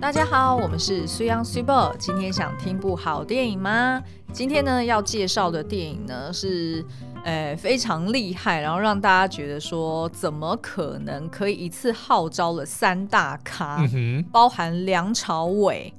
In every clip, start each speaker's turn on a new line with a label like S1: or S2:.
S1: 大家好，我们是 s u y a n s u b e 今天想听部好电影吗？今天呢要介绍的电影呢是，呃，非常厉害，然后让大家觉得说，怎么可能可以一次号召了三大咖，
S2: 嗯哼，
S1: 包含梁朝伟、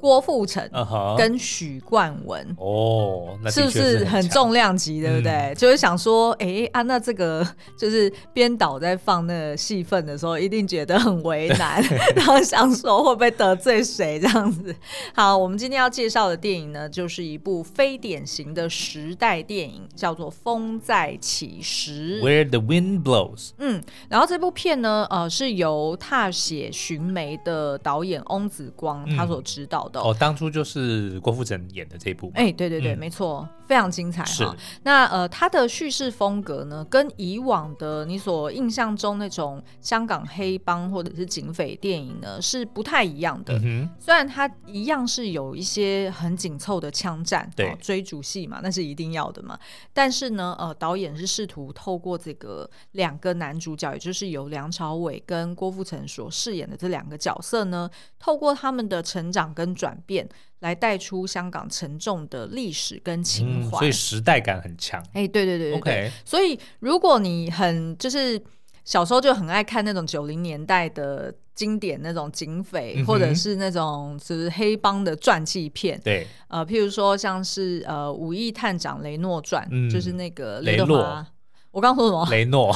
S1: 郭富城、
S2: 嗯哼，
S1: 跟许冠文。
S2: 哦，那的
S1: 是不
S2: 确是
S1: 是很
S2: 强？嗯
S1: 重量级，对不对？就是想说，哎、啊，那这个就是编导在放那个戏份的时候，一定觉得很为 难，然后想说会不会得罪谁这样子。好，我们今天要介绍的电影呢，就是一部非典型的时代电影，叫做《风再起时》。
S2: Where the wind blows，
S1: 嗯，然后这部片呢，呃，是由《踏雪寻梅》的导演翁子光他
S2: 嗯
S1: 所指导的、哦。
S2: 哦，当初就是郭富城演的这部嘛，
S1: 哎、对对对，
S2: 嗯
S1: 没错，非常精彩
S2: 是
S1: 哈。那呃，它的叙事风格呢，跟以往的你所印象中那种香港黑帮或者是警匪电影呢，是不太一样的。
S2: 嗯哼，
S1: 虽然它一样是有一些很紧凑的枪战，
S2: 对
S1: 哦追逐戏嘛，那是一定要的嘛。但是呢，呃，导演是试图透过这个两个男主角，也就是由梁朝伟跟郭富城所饰演的这两个角色呢，透过他们的成长跟转变，来带出香港沉重的历史跟情
S2: 嗯，
S1: 怀。
S2: 所以时代感很强。
S1: 哎、对对对对对
S2: OK，
S1: 所以如果你很就是小时候就很爱看那种九零年代的经典那种警匪，
S2: 嗯哼
S1: 或者是那种就是黑帮的传记片，
S2: 对，
S1: 呃，譬如说像是呃《武义探长雷诺传》
S2: 嗯
S1: 就是那个
S2: 雷
S1: 德
S2: 诺
S1: 华。我刚说什么？
S2: 雷 诺，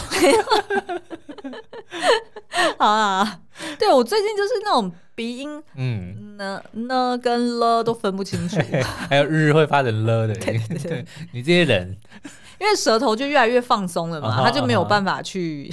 S1: 好 啊，对我最近就是那种鼻音
S2: 嗯，
S1: 呢呢跟了都分不 清楚，
S2: 还有日日会发 成了的， 对，你这些人，
S1: 因为舌头就越来越放松了嘛
S2: 啊哈
S1: 他就没有
S2: 啊哈
S1: 办法去。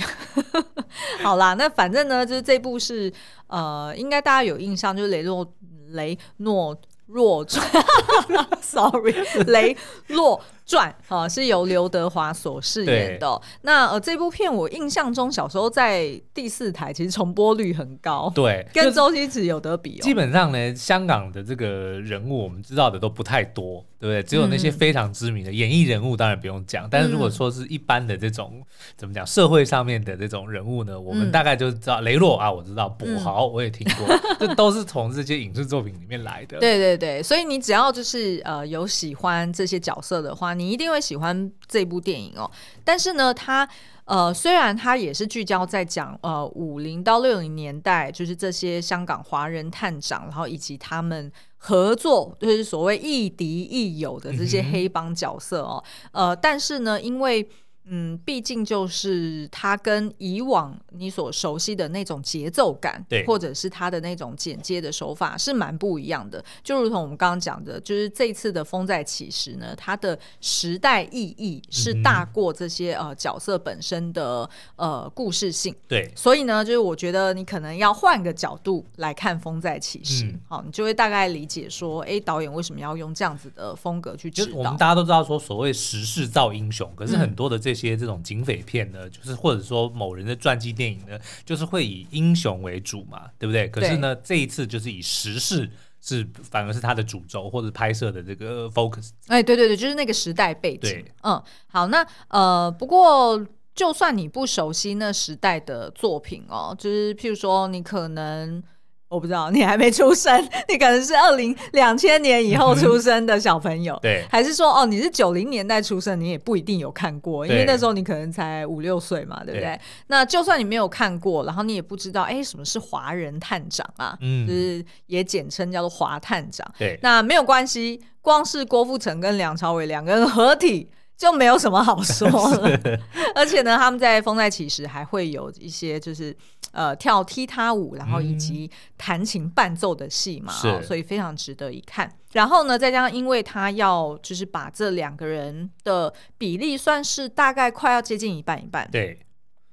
S1: 好啦，那反正呢，就是这部是呃，应该大家有印象，就是雷诺雷诺若传 ，sorry，雷诺传啊、是由刘德华所饰演的哦、那呃，这部片我印象中小时候在第四台其实重播率很高，
S2: 对，
S1: 跟周星驰有得比哦
S2: 基。本上呢，香港的这个人物我们知道的都不太多，对不对？只有那些
S1: 嗯
S2: 非常知名的演艺人物，当然不用讲。但是如果说是一般的这种怎么讲，社会上面的这种人物呢，我
S1: 嗯
S2: 们大概就知道雷洛啊，我知道，跛
S1: 嗯
S2: 豪我也听过，这都是从这些影视作品里面来的。
S1: 对对对，所以你只要就是呃有喜欢这些角色的话，你一定会喜欢这部电影哦。但是呢，它呃虽然它也是聚焦在讲呃五零到六零年代，就是这些香港华人探长，然后以及他们合作，就是所谓亦敌亦友的这些
S2: 嗯哼
S1: 黑帮角色哦。呃，但是呢，因为嗯，毕竟就是它跟以往你所熟悉的那种节奏感，
S2: 对
S1: 或者是它的那种剪接的手法是蛮不一样的。就如同我们刚刚讲的，就是这一次的《风再起时》呢，它的时代意义是
S2: 嗯哼
S1: 大过这些、呃角色本身的呃故事性。
S2: 对
S1: 所以呢，就是我觉得你可能要换个角度来看《风再起时》
S2: 嗯
S1: 好，你就会大概理解说，哎、导演为什么要用这样子的风格去
S2: 就
S1: 指
S2: 是我
S1: 导
S2: 们？大家都知道说所谓时势造英雄，可是
S1: 嗯
S2: 很多的这些这种警匪片呢，就是或者说某人的传记电影呢，就是会以英雄为主嘛，对不对？可是呢，这一次就是以时事是反而是他的主轴或者拍摄的这个呃 focus，
S1: 哎，对对对，就是那个时代背景
S2: 对。
S1: 嗯，好，那呃，不过就算你不熟悉那时代的作品哦，就是譬如说你可能。我不知道，你还没出生，你可能是二零两千年以后出生的小朋友，
S2: 对
S1: 还是说哦，你是九零年代出生，你也不一定有看过，因为
S2: 对
S1: 那时候你可能才五六岁嘛，对不对？
S2: 对
S1: 那就算你没有看过，然后你也不知道，哎，什么是华人探长啊？就
S2: 嗯，
S1: 是也简称叫做华探长。
S2: 对，
S1: 那没有关系，光是郭富城跟梁朝伟两个人合体就没有什么好说了。 而且呢，他们在《风再起时》还会有一些就是呃跳踢踏舞，然后以及弹琴伴奏的戏嘛、
S2: 嗯是
S1: 哦所以非常值得一看。然后呢，再加上因为他要就是把这两个人的比例算是大概快要接近一半一半，
S2: 对，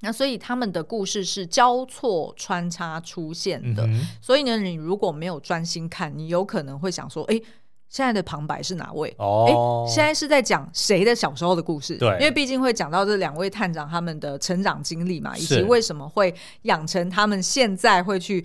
S1: 那所以他们的故事是交错穿插出现
S2: 嗯
S1: 的。
S2: 哼，
S1: 所以呢，你如果没有专心看，你有可能会想说，哎、现在的旁白是哪位？哎、
S2: 哦，
S1: 现在是在讲谁的小时候的故事？
S2: 对
S1: 因为毕竟会讲到这两位探长他们的成长经历嘛，以
S2: 是
S1: 及为什么会养成他们现在会去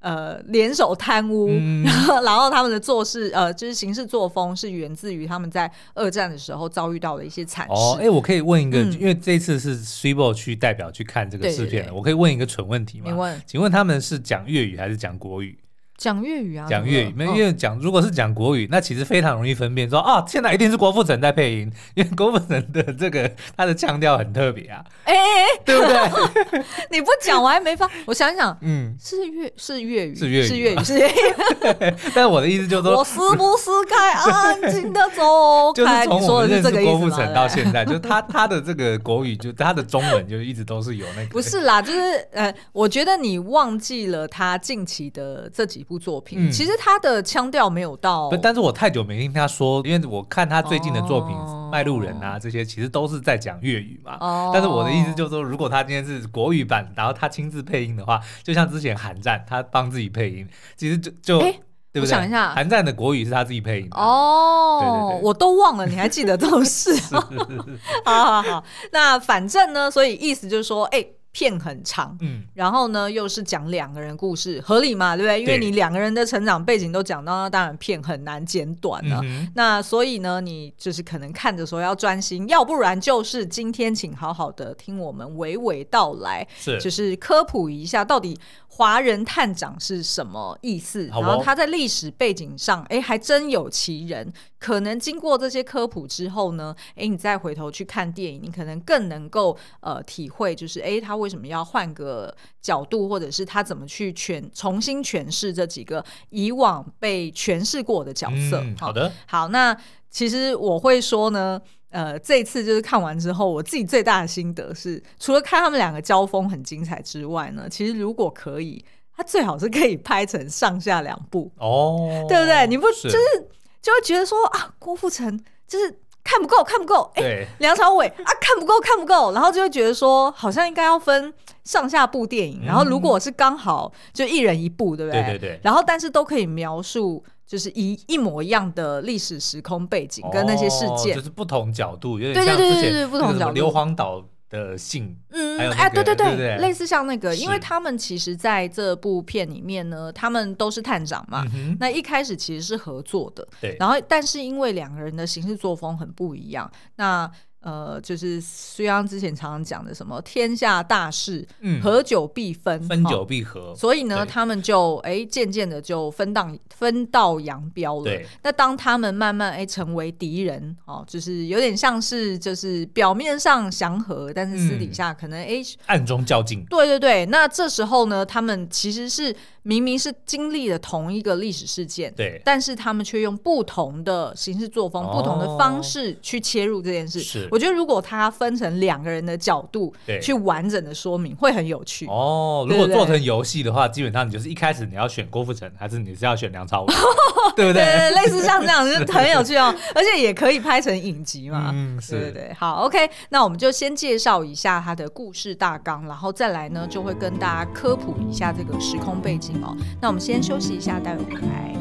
S1: 呃联手贪污，
S2: 嗯
S1: 然后然后他们的做事呃就是行事作风是源自于他们在二战的时候遭遇到的一些惨事。
S2: 哦，哎、我可以问一个，
S1: 嗯
S2: 因为这次是 s i b o 去代表去看这个
S1: 对对
S2: 试片的，
S1: 对
S2: 我可以问一个蠢问题吗？
S1: 你问
S2: 请问他们是讲粤语还是讲国语？
S1: 讲粤语啊，
S2: 讲粤
S1: 怎
S2: 语，
S1: 么
S2: 没
S1: 了
S2: 有因为讲如果是讲国语，那其实非常容易分辨说啊，现在一定是郭富城在配音， 因为郭富城的这个他的腔调很特别啊，
S1: 哎哎哎，
S2: 对不对？
S1: 你不讲我还没发，我想想。
S2: 嗯，
S1: 是粤是粤语
S2: 是粤语啊
S1: 是粤
S2: 吧
S1: 语是粤语，
S2: 但我的意思就是
S1: 我
S2: 说，
S1: 是不是该安静的走
S2: 就
S1: 开？
S2: 是从
S1: 你
S2: 我
S1: 说
S2: 们
S1: 的是
S2: 认
S1: 这
S2: 识
S1: 个意
S2: 郭
S1: 思
S2: 富
S1: 吗？对
S2: 城
S1: 不
S2: 到
S1: 对
S2: 现在， 就是他他的这个国语，就他的中文就一直都是有那个
S1: 不是啦，就是呃，我觉得你忘记了他近期的这几部作品，
S2: 嗯
S1: 其实他的腔调没有到
S2: 不，，但是我太久没听他说，因为我看他最近的作品
S1: 哦
S2: 《卖路人》啊，这些其实都是在讲粤语嘛。
S1: 哦
S2: 但是我的意思就是说，如果他今天是国语版，然后他亲自配音的话，就像之前韩战他帮自己配音，其实就就、
S1: 诶
S2: 对
S1: 我
S2: 不对？
S1: 想一下
S2: 韩战的国语是他自己配音的。
S1: 哦，
S2: 对对对
S1: 我都忘了，你还记得这种 事？ 好好好，那反正呢，所以意思就是说，哎、片很长。
S2: 嗯，
S1: 然后呢，又是讲两个人故事，合理嘛，对不对？因为
S2: 对
S1: 你两个人的成长背景都讲到，那当然片很难剪短啊
S2: 嗯
S1: 了、
S2: 哼
S1: 那所以呢，你就是可能看着说要专心，要不然就是今天请好好的听我们娓娓道来，
S2: 是
S1: 就是科普一下到底华人探长是什么意思，
S2: 好哦
S1: 然后他在历史背景上，哎，还真有其人。可能经过这些科普之后呢，哎，你再回头去看电影，你可能更能够呃体会，就是哎，他为什么要换个角度，或者是他怎么去诠重新诠释这几个以往被诠释过的角色。
S2: 嗯、好
S1: 好
S2: 的，
S1: 好，那其实我会说呢，呃，这一次就是看完之后，我自己最大的心得是，除了看他们两个交锋很精彩之外呢，其实如果可以，它最好是可以拍成上下两部，
S2: 哦，
S1: 对不对？你不
S2: 是
S1: 就是就会觉得说啊，郭富城就是看不够，看不够，哎、
S2: 对
S1: 梁朝伟啊，看不够，看不够，然后就会觉得说，好像应该要分上下部电影，然后如果是刚好就一人一部，对嗯不对？
S2: 对对对
S1: 然后但是都可以描述，就是一一模一样的历史时空背景跟那些事
S2: 哦
S1: 件。
S2: 就是不同角度，有
S1: 对
S2: 点
S1: 对
S2: 像
S1: 对
S2: 之
S1: 对
S2: 前
S1: 对
S2: 那
S1: 不
S2: 个
S1: 同
S2: 什么
S1: 角度
S2: 硫磺岛的信，
S1: 嗯
S2: 还有那
S1: 哎，对对
S2: 个对对对
S1: 类似像那个，因为
S2: 是
S1: 他们其实在这部片里面呢，他们都是探长嘛，
S2: 嗯哼，
S1: 啊那一开始其实是合作的，
S2: 对
S1: 然后但是因为两个人的行事作风很不一样，那呃，就是虽然之前常常讲的什么天下大事，
S2: 嗯
S1: 合久必分，
S2: 分
S1: 哈
S2: 久必合，
S1: 所以呢，
S2: 对
S1: 他们就哎渐渐的就分道分道扬镳了
S2: 对。
S1: 那当他们慢慢哎成为敌人哦，就是有点像是就是表面上祥和，但是私底
S2: 嗯
S1: 下可能哎、
S2: 暗中较劲，
S1: 对对对，那这时候呢，他们其实是明明是经历了同一个历史事件，
S2: 对
S1: 但是他们却用不同的行事作风、
S2: 哦
S1: 不同的方式去切入这件事。
S2: 是
S1: 我觉得如果他分成两个人的角度
S2: 对
S1: 去完整的说明，会很有趣。
S2: 哦，
S1: 对
S2: 如果
S1: 对
S2: 做成游戏的话，基本上你就是一开始你要选郭富城，还是你是要选梁朝 伟，对
S1: 对
S2: 不对？
S1: 对对，类似像这样 就是很有趣哦，而且也可以拍成影集嘛。
S2: 嗯，
S1: 对对
S2: 是
S1: 对，好，OK，那我们就先介绍一下它的故事大纲，然后再来呢，就会跟大家科普一下这个时空背景哦。那我们先休息一下，待会回来。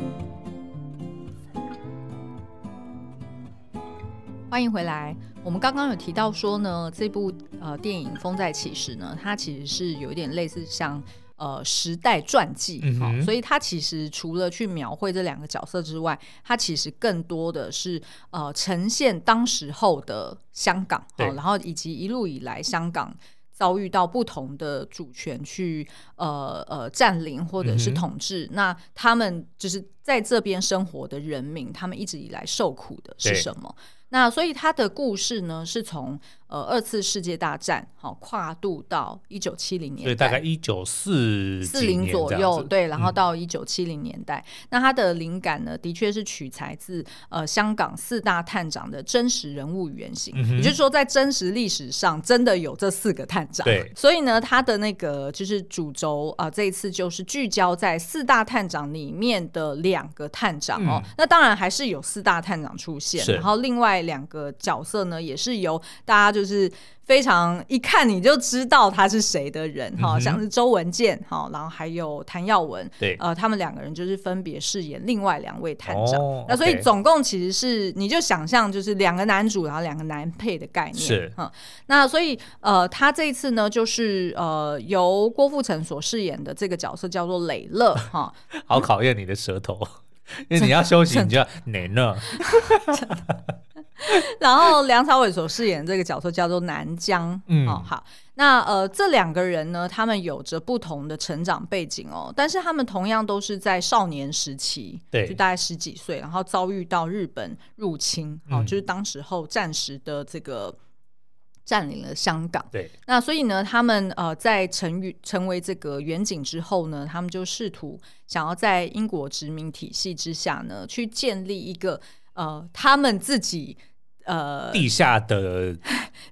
S1: 欢迎回来。我们刚刚有提到说呢，这部呃电影《风再起时》呢，它其实是有一点类似像呃时代传记，
S2: 嗯
S1: 好、
S2: 哼
S1: 所以它其实除了去描绘这两个角色之外，它其实更多的是呃呈现当时候的香港，好、
S2: 对
S1: 然后以及一路以来香港。遭遇到不同的主权去呃呃占领或者是
S2: 嗯哼
S1: 统治，那他们就是在这边生活的人民，他们一直以来受苦的是
S2: 对
S1: 什么？那所以他的故事呢，是从呃二次世界大战好、跨度到一九七零年代，
S2: 所以大概一九四
S1: 四零左右，对，然后
S2: 嗯
S1: 到一九七零年代，那它的灵感呢，的确是取材自呃香港四大探长的真实人物原型，
S2: 嗯哼
S1: 也就是说，在真实历史上真的有这四个探长，
S2: 对
S1: 所以呢，它的那个就是主轴啊、这一次就是聚焦在四大探长里面的两个探长哦，
S2: 嗯
S1: 那当然还是有四大探长出现，
S2: 是
S1: 然后另外两个角色呢，也是由大家就是。非常一看你就知道他是谁的人
S2: 嗯
S1: 哈、
S2: 哼
S1: 像是周文健哈，然后还有谭耀文，
S2: 对
S1: 呃，他们两个人就是分别饰演另外两位探长。
S2: 哦
S1: 那所以
S2: OK
S1: 总共其实是你就想象就是两个男主，然后两个男配的概念。
S2: 是
S1: 嗯，那所以呃，他这一次呢，就是呃，由郭富城所饰演的这个角色叫做磊乐哈，
S2: 好 考验你的舌头，因为你要休息，你就要哪呢？
S1: 然后梁朝伟所饰演的这个角色叫做南江，
S2: 嗯
S1: 哦好，那呃这两个人呢，他们有着不同的成长背景哦，但是他们同样都是在少年时期，
S2: 对
S1: 就大概十几岁，然后遭遇到日本入侵，哦，
S2: 嗯
S1: 就是当时候暂时的这个占领了香港。
S2: 对，
S1: 那所以呢，他们呃在成于成为这个远景之后呢，他们就试图想要在英国殖民体系之下呢，去建立一个呃他们自己 呃
S2: 地下的 order，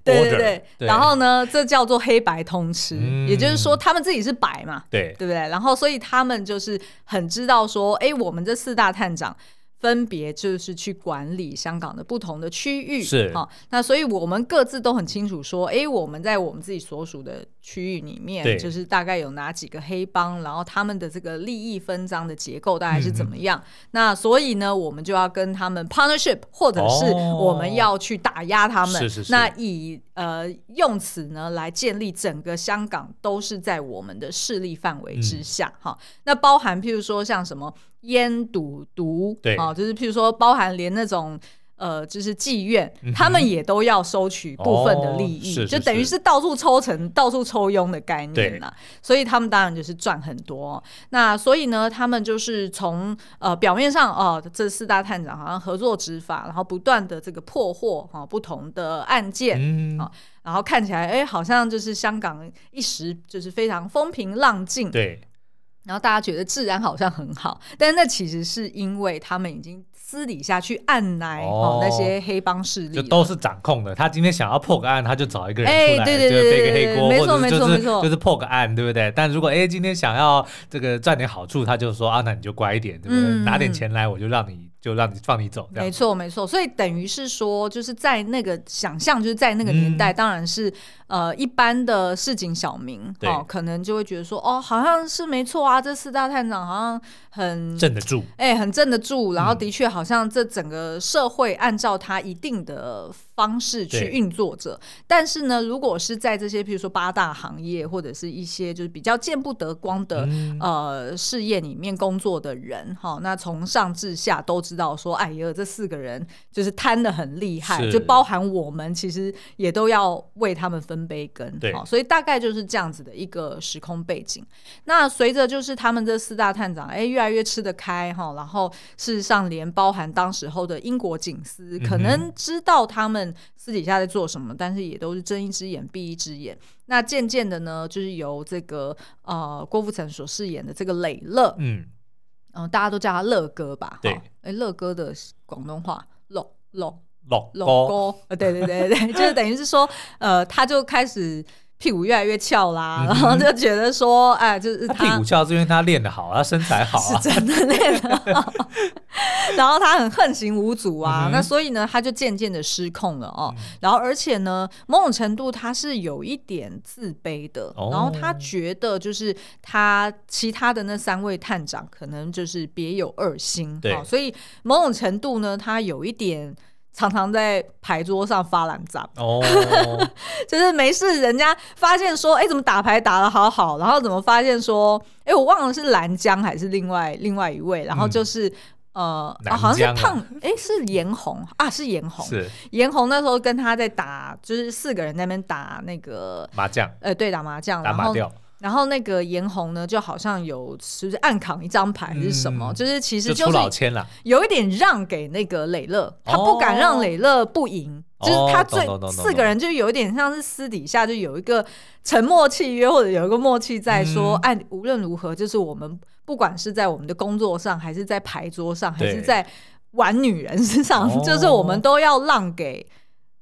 S1: 对对对，然后呢，这叫做黑白通吃，
S2: 嗯
S1: 也就是说他们自己是白嘛，
S2: 对
S1: 对不对？然后所以他们就是很知道说，哎，我们这四大探长。分别就是去管理香港的不同的区域，
S2: 是
S1: 好、那所以我们各自都很清楚说，哎，我们在我们自己所属的区域里面，
S2: 对
S1: 就是大概有哪几个黑帮，然后他们的这个利益分赃的结构大概是怎
S2: 嗯
S1: 么样。那所以呢，我们就要跟他们 partnership，或者是
S2: 哦
S1: 我们要去打压他们。
S2: 是是是
S1: 那以呃用此呢来建立整个香港都是在我们的势力范围之下
S2: 嗯
S1: 哈、那包含譬如说像什么烟赌毒，
S2: 对
S1: 啊，就是譬如说包含连那种。呃，就是妓院，
S2: 嗯哼
S1: 他们也都要收取部分的利益，
S2: 哦是
S1: 就
S2: 是
S1: 等于
S2: 是
S1: 是到处抽成、到处抽佣的概念
S2: 对
S1: 啦。所以他们当然就是赚很多、哦那所以呢，他们就是从呃表面上哦、这四大探长好像合作执法，然后不断的这个破获哈、哦不同的案件，
S2: 嗯
S1: 好然后看起来哎好像就是香港一时就是非常风平浪静，
S2: 对
S1: 然后大家觉得治安好像很好，但是那其实是因为他们已经私底下去按来哦
S2: 哦
S1: 那些黑帮势力
S2: 就
S1: 了，
S2: 都是掌控的。他今天想要破个案，他就找一个人
S1: 哎
S2: 出来，
S1: 对对
S2: 就是
S1: 对
S2: 背
S1: 对
S2: 个
S1: 对
S2: 黑锅，
S1: 没
S2: 或
S1: 错
S2: 者
S1: 没错
S2: 是就
S1: 没
S2: 是
S1: 错
S2: 就是破个案，对不对？但如果哎今天想要这个赚点好处，他就说啊，那你就乖一点，对不对？
S1: 嗯
S2: 拿点钱来，我就让你就让你放你走，这
S1: 没
S2: 样。
S1: 错，没错。所以等于是说，就是在那个想象，就是在那个年
S2: 嗯
S1: 代，当然是呃一般的市井小民
S2: 对
S1: 哦，可能就会觉得说，哦，好像是没错啊，这四大探长好像很。
S2: 镇得住，
S1: 哎、很镇得住，然后
S2: 嗯
S1: 的确好像这整个社会按照它一定的方式去
S2: 对
S1: 运作着。但是呢，如果是在这些，譬如说八大行业或者是一些就是比较见不得光的
S2: 嗯，
S1: 呃事业里面工作的人哈，那从上至下都知道说，哎呀，这四个人就是贪的很厉害，
S2: 是
S1: 就包含我们其实也都要为他们分杯羹，
S2: 对
S1: 好所以大概就是这样子的一个时空背景。那随着就是他们这四大探长哎越来越吃得开哈，然后事实上连包含当时候的英国警司，可
S2: 嗯哼
S1: 能知道他们私底下在做什么，但是也都是睁一只眼闭一只眼。那渐渐的呢，就是由这个呃郭富城所饰演的这个磊乐，
S2: 嗯，
S1: 嗯、大家都叫他乐哥吧。
S2: 对
S1: 哈，哎，乐哥的广东话乐乐
S2: 老
S1: 乐
S2: 高，
S1: 哥，呃，对对对对， 就是等于是说，呃，他就开始屁股越来越翘啦，然后就觉得说，哎，就是
S2: 嗯他屁股翘是因为他练得好，他身材好
S1: 是
S2: 啊，
S1: 真的练得好， 然后他很横行无阻啊，
S2: 嗯哼嗯
S1: 那所以呢，他就渐渐的失控了哦。然后而且呢，某种程度他是有一点自卑的，
S2: 哦
S1: 然后他觉得就是他其他的那三位探长可能就是别有二心，
S2: 对
S1: 哦所以某种程度呢，他有一点。常常在牌桌上发懒杂，
S2: 哦，
S1: 就是没事，人家发现说，哎、怎么打牌打的好好，然后怎么发现说，哎、我忘了是蓝江还是另外另外一位，然后就是、呃、啊，
S2: 南
S1: 好像
S2: 嗯江
S1: 是
S2: 啊
S1: 胖，哎、是颜红啊，是颜红，
S2: 是
S1: 颜红那时候跟他在打，就是四个人在那边打那个。
S2: 麻将
S1: 呃，对，打麻将，
S2: 打
S1: 然
S2: 麻
S1: 后
S2: 掉，
S1: 然后那个颜红呢，就好像有是不是暗扛一张牌还是什么，
S2: 嗯
S1: 就是其实
S2: 就
S1: 就
S2: 出
S1: 是
S2: 老千了，
S1: 有一点让给那个磊乐，他不敢让磊乐不赢，
S2: 哦
S1: 就是他最
S2: 懂懂懂懂
S1: 四个人就有一点像是私底下就有一个沉默契约，或者有一个默契在说，
S2: 嗯
S1: 哎、无论如何，就是我们不管是在我们的工作上，还是在牌桌上，还
S2: 对
S1: 是在玩女人身上，
S2: 哦
S1: 就是我们都要让给。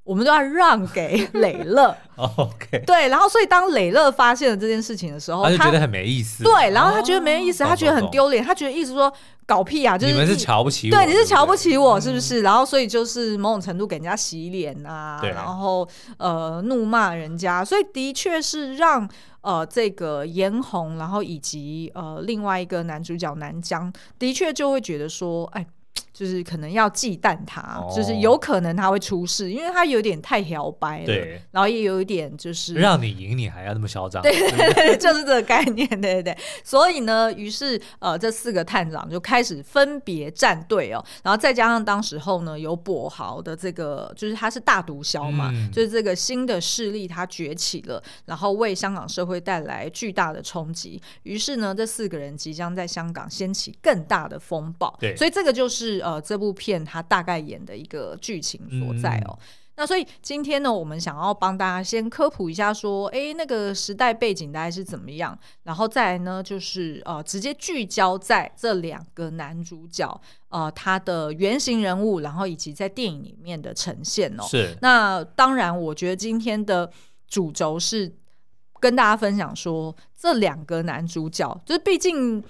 S1: 我们都要让给磊 乐，
S2: 哦 OK，
S1: 对，然后所以当磊乐发现了这件事情的时候，
S2: 他就
S1: 哦他
S2: 觉得很没意思，
S1: 对，然后他觉得没意思，
S2: 哦
S1: 他觉得很
S2: 懂懂懂
S1: 丢脸，他觉得意思说搞屁啊，就是
S2: 你们是
S1: 一
S2: 瞧不起我，
S1: 对，你是瞧不
S2: 对
S1: 起我是不是？然后所以就是某种程度给人家洗脸啊，
S2: 嗯对
S1: 然后呃怒骂人家，所以的确是让呃这个颜红，然后以及呃另外一个男主角南江，的确就会觉得说，哎。就是可能要忌惮他，
S2: 哦
S1: 就是有可能他会出事，因为他有点太摇摆了，
S2: 对，
S1: 然后也有一点就是
S2: 让你赢你还要那么嚣张，
S1: 嗯对对对，就是这个概念，对对对。所以呢，于是呃，这四个探长就开始分别站队哦，然后再加上当时候呢，有跛豪的这个，就是他是大毒枭嘛，
S2: 嗯
S1: 就是这个新的势力他崛起了，然后为香港社会带来巨大的冲击。于是呢，这四个人即将在香港掀起更大的风暴。
S2: 对
S1: 所以这个就是呃，这部片它大概演的一个剧情所在哦。那所以今天呢，我们想要帮大家先科普一下，说，诶，那个时代背景大概是怎么样，然后再来呢，就是呃，直接聚焦在这两个男主角，呃，他的原型人物，然后以及在电影里面的呈现哦。
S2: 是
S1: 那当然，我觉得今天的主轴是跟大家分享说，这两个男主角，就是毕竟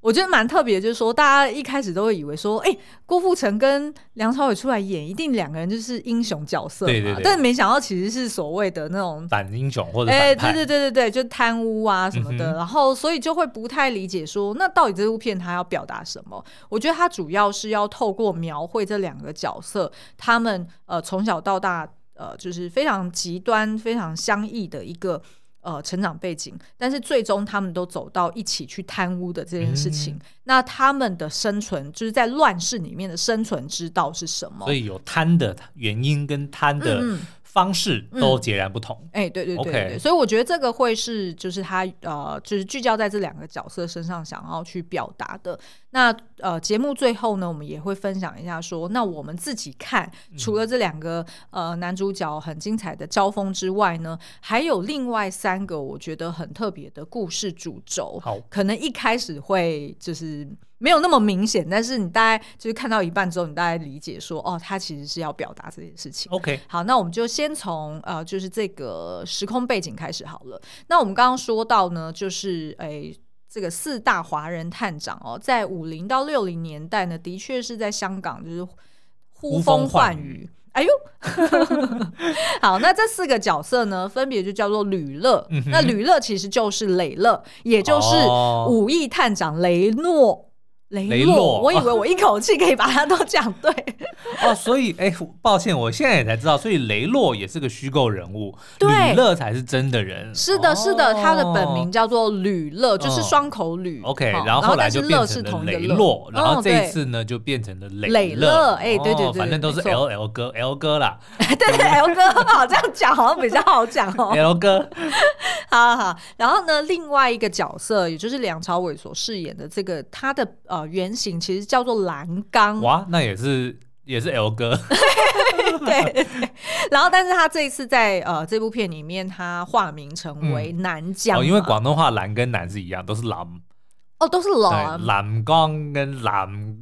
S1: 我觉得蛮特别，就是说大家一开始都会以为说，哎、郭富城跟梁朝伟出来演，一定两个人就是英雄角色嘛，
S2: 对对对
S1: 但没想到其实是所谓的那种。
S2: 反英雄或者
S1: 哎、对
S2: 反派，
S1: 对对对对，就贪污啊什么
S2: 嗯
S1: 的，
S2: 哼
S1: 然后所以就会不太理解说，那到底这部片它要表达什么？我觉得它主要是要透过描绘这两个角色，他们呃从小到大呃就是非常极端、非常相异的一个呃成长背景，但是最终他们都走到一起去贪污的这件事情。
S2: 嗯
S1: 那他们的生存就是在乱世里面的生存之道是什么
S2: 所？以有贪的原因跟贪
S1: 嗯
S2: 的
S1: 嗯
S2: 方式都截然不同。
S1: 哎、对对对
S2: OK
S1: 对所以我觉得这个会是就是他呃，就是聚焦在这两个角色身上想要去表达的。那呃，节目最后呢，我们也会分享一下说，那我们自己看，除
S2: 嗯
S1: 了这两个呃男主角很精彩的交锋之外呢，还有另外三个我觉得很特别的故事主轴。
S2: 好，
S1: 可能一开始会就是没有那么明显，但是你大概就是看到一半之后，你大概理解说，哦，他其实是要表达这件事情。
S2: OK，
S1: 好，那我们就先从呃，就是这个时空背景开始好了。那我们刚刚说到呢，就是诶。这个四大华人探长哦，在五零到六零年代呢，的确是在香港就是呼
S2: 呼
S1: 风
S2: 风
S1: 唤
S2: 唤
S1: 雨。哎呦， 好，那这四个角色呢，分别就叫做吕乐。
S2: 嗯哼
S1: 那吕乐其实就是磊乐，也就是
S2: 哦
S1: 武义探长雷诺。
S2: 雷
S1: 诺，
S2: 诺
S1: 我以为我一口气可以把它都讲对。
S2: 哦，所以哎、抱歉，我现在也才知道，所以雷洛也是个虚构人物，
S1: 对
S2: 吕乐才是真的人。
S1: 是的，是的，他的本名
S2: 哦。
S1: 叫做吕乐，就是
S2: 嗯
S1: 双口吕。
S2: OK，
S1: 好
S2: 然后后
S1: 但
S2: 来
S1: 是乐
S2: 就变
S1: 是
S2: 成了
S1: 同一个
S2: 雷
S1: 乐
S2: 洛，然后
S1: 嗯
S2: 这
S1: 对
S2: 一次呢就变成了
S1: 磊
S2: 乐
S1: 乐，哎对对对
S2: 哦反正都是
S1: 没错
S2: L L 哥，L 哥啦 嗯
S1: 对对，L 哥好这样讲 好像比较好讲哦。
S2: ，L 哥，
S1: 好好，好然后呢，另外一个角色，也就是梁朝伟所饰演的这个，他的呃原型其实叫做蓝刚。
S2: 哇，那也是也是 L 哥，
S1: 对， 对然后但是他这一次在呃这部片里面，他化名成为南江嘛、
S2: 哦，因为广东话蓝跟南是一样，都是蓝，
S1: 哦都是蓝
S2: 对，，蓝光跟蓝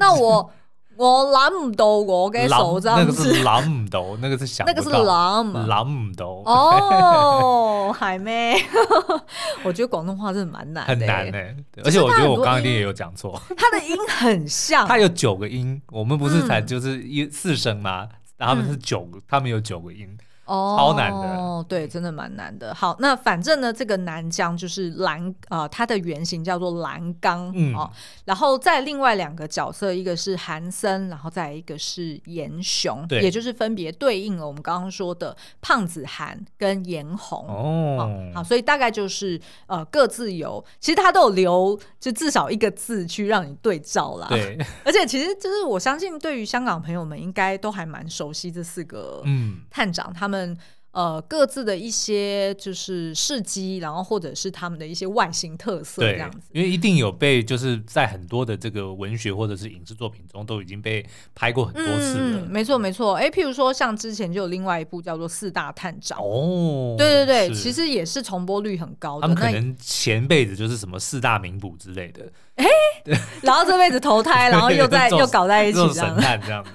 S1: 那我我蓝唔到我嘅 手这
S2: 那
S1: 样
S2: 个
S1: 子，
S2: 是蓝唔到， 那个是想
S1: 那个是蓝嘛。
S2: 蓝唔到，
S1: 哦，海妹， 我觉得广东话真的蛮难的，
S2: 很难欸呢、。对
S1: 就
S2: 而
S1: 是
S2: 且我
S1: 它
S2: 觉得
S1: 很
S2: 我
S1: 多
S2: 刚刚一定
S1: 音
S2: 也有 讲错，
S1: 它的音很像，
S2: 它有九个音，我们不是才
S1: 嗯
S2: 就是一四声吗？然后他们是九个，他们有九个音，
S1: 哦，
S2: 超难的
S1: 哦，对，真的蛮难的。好，那反正呢，这个南江就是蓝，呃，它的原型叫做蓝刚、
S2: 嗯
S1: 哦。然后再另外两个角色，一个是韩森，然后再一个是严雄，
S2: 对
S1: 也就是分别对应了我们刚刚说的胖子韩跟严红。哦
S2: 哦，
S1: 好，所以大概就是呃，各自有，其实他都有留，就至少一个字去让你对照啦。，
S2: 对，
S1: 而且其实就是我相信，对于香港朋友们应该都还蛮熟悉这四个
S2: 嗯，
S1: 探长他们呃各自的一些就是事迹，然后或者是他们的一些外形特色这
S2: 对
S1: 样子。，
S2: 因为一定有被就是在很多的这个文学或者是影视作品中都已经被拍过很多次
S1: 嗯，嗯
S2: 了。
S1: 没错没错。哎，譬如说像之前就有另外一部叫做《四大探长》。
S2: 哦，
S1: 对对对，
S2: 是
S1: 其实也是重播率很高
S2: 他
S1: 的，
S2: 们可
S1: 那
S2: 能前辈子就是什么四大名捕之类的，
S1: 然后这辈子投 胎，然后又在
S2: 这种
S1: 又搞在一
S2: 这
S1: 起
S2: 种
S1: 这样
S2: 神。探这 样子。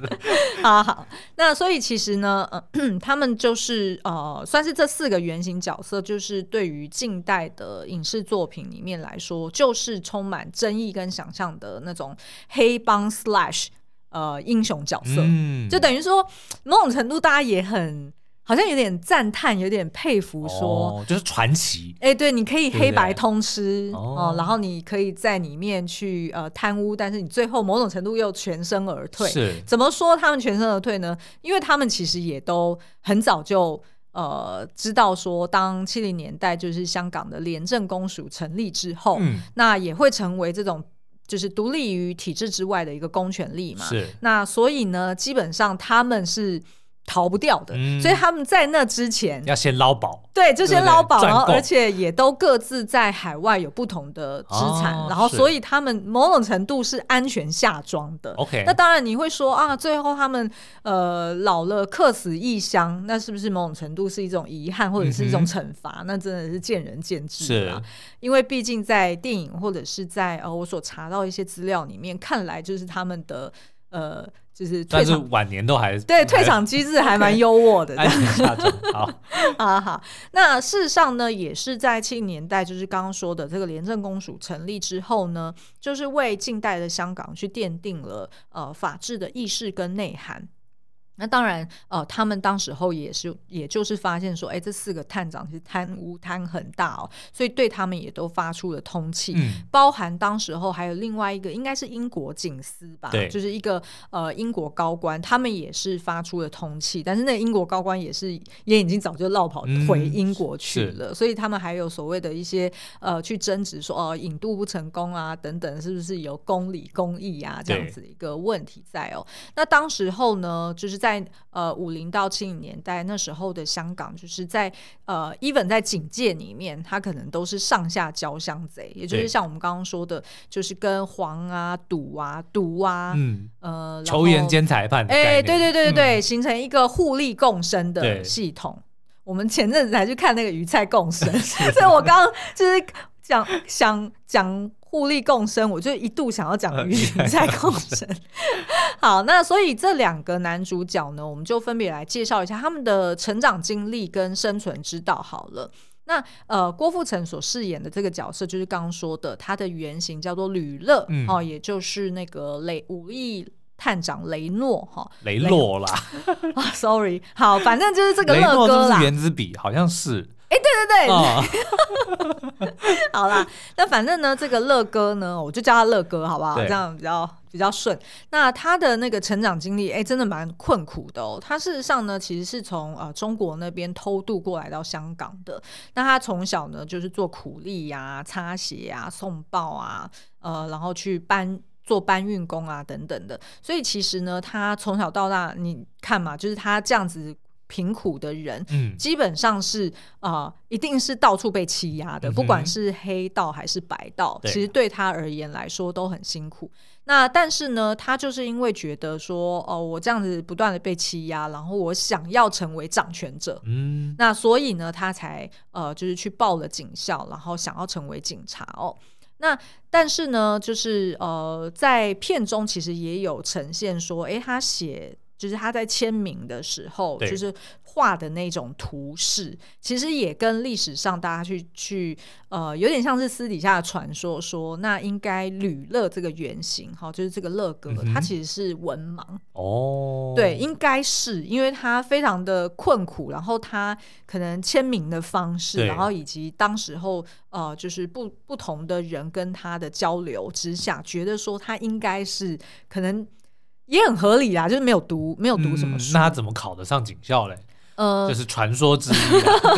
S1: 好好，那所以其实呢，呃、 他们就是呃，算是这四个原型角色，就是对于近代的影视作品里面来说，就是充满争议跟想象的那种黑帮 slash 呃英雄角色，
S2: 嗯
S1: 就等于说某种程度大家也很。好像有点赞叹，有点佩服说，
S2: 哦、就是传奇，
S1: 哎、对，你可以
S2: 对
S1: 黑白
S2: 对
S1: 通吃
S2: 哦
S1: 哦、然后你可以在里面去呃贪污，但是你最后某种程度又全身而退。
S2: 是
S1: 怎么说他们全身而退呢？因为他们其实也都很早就呃知道说，当七零年代就是香港的廉政公署成立之后，
S2: 嗯
S1: 那也会成为这种就是独立于体制之外的一个公权力嘛。
S2: 是
S1: 那所以呢，基本上他们是逃不掉的，
S2: 嗯
S1: 所以他们在那之前
S2: 要先捞宝，
S1: 对，就
S2: 对
S1: 先
S2: 不对
S1: 捞宝，
S2: 赚
S1: 然后
S2: 够
S1: 而且也都各自在海外有不同的资产，
S2: 哦
S1: 然后
S2: 是
S1: 所以他们某种程度是安全下庄的。
S2: OK
S1: 那当然你会说啊，最后他们呃老了客死异乡，那是不是某种程度是一种遗憾或者是一种
S2: 嗯
S1: 惩罚？那真的是见仁见智
S2: 是
S1: 啦。因为毕竟在电影或者是在呃我所查到一些资料里面，看来就是他们的呃就是退
S2: 但是
S1: 场
S2: 晚年都还
S1: 对退场机制还蛮优渥 的。这样
S2: 安全下场， 好，
S1: 啊哈，那事实上呢，也是在七零年代，就是刚刚说的这个廉政公署成立之后呢，就是为近代的香港去奠定了呃法治的意识跟内涵。那当然，呃，他们当时候也是，也就是发现说，哎，这四个探长其实贪污贪很大哦，所以对他们也都发出了通缉。
S2: 嗯
S1: 包含当时候还有另外一个，应该是英国警司吧，
S2: 对
S1: 就是一个呃英国高官，他们也是发出了通气，但是那个英国高官也是也已经早就落跑
S2: 嗯
S1: 回英国去了，所以他们还有所谓的一些呃去争执说哦、引渡不成功啊等等，是不是有公理公义啊这样
S2: 对
S1: 子的一个问题在哦？那当时候呢，就是在呃五零到七零年代那时候的香港，就是在呃 even 在警界里面，它可能都是上下交相贼，也就是
S2: 对
S1: 像我们刚刚说的，就是跟黄啊、赌啊、毒啊，
S2: 嗯，
S1: 呃，
S2: 球员
S1: 间，
S2: 兼裁判的
S1: 哎、
S2: 概念，
S1: 对对对对
S2: 嗯，
S1: 对，形成一个互利共生的
S2: 对
S1: 系统。我们前阵子才去看那个鱼菜共 生，所以我刚刚就是讲想讲互利共生，我就一度想要讲
S2: 呃
S1: 鱼
S2: 鱼
S1: 菜共生。好，那所以这两个男主角呢，我们就分别来介绍一下他们的成长经历跟生存之道好了。那呃，郭富城所饰演的这个角色，就是刚刚说的，他的原型叫做吕乐，
S2: 嗯
S1: 哦，也就是那个雷武艺探长雷诺，哈、
S2: 雷诺啦，
S1: 啊，sorry，好，反正就是这个
S2: 雷
S1: 乐
S2: 诺
S1: 哥
S2: 是
S1: 啦哎
S2: 不是，原子笔？好像是
S1: 对对对，
S2: 啊，
S1: 好啦，那反正呢，这个乐哥呢，我就叫他乐哥，好不好？
S2: 对
S1: 这样比较比较顺。那他的那个成长经历，哎、真的蛮困苦的哦。他事实上呢，其实是从呃中国那边偷渡过来到香港的。那他从小呢，就是做苦力呀、擦鞋呀、送报啊，呃，然后去搬。做搬运工啊，等等的，所以其实呢，他从小到大，你看嘛，就是他这样子贫苦的人，
S2: 嗯，
S1: 基本上是呃，一定是到处被欺压的，
S2: 嗯哼
S1: 不管是黑道还是白道，
S2: 对
S1: 其实对他而言来说都很辛苦。那但是呢，他就是因为觉得说，哦，我这样子不断的被欺压，然后我想要成为掌权者，
S2: 嗯，
S1: 那所以呢，他才呃，就是去报了警校，然后想要成为警察哦。那但是呢，就是呃，在片中其实也有呈现说，诶，他写就是他在签名的时候，
S2: 对
S1: 就是画的那种图示，其实也跟历史上大家去去呃，有点像是私底下的传说说，那应该吕乐这个原型，哈，就是这个乐哥，
S2: 嗯哼
S1: 他其实是文盲，
S2: 哦，
S1: 对，应该是因为他非常的困苦，然后他可能签名的方式，
S2: 对
S1: 然后以及当时候呃，就是不不同的人跟他的交流之下，觉得说他应该是可能也很合理啦，就是没有读没有读什么
S2: 嗯
S1: 书，
S2: 那他怎么考得上警校嘞？
S1: 呃
S2: 这，是传说之一 啊，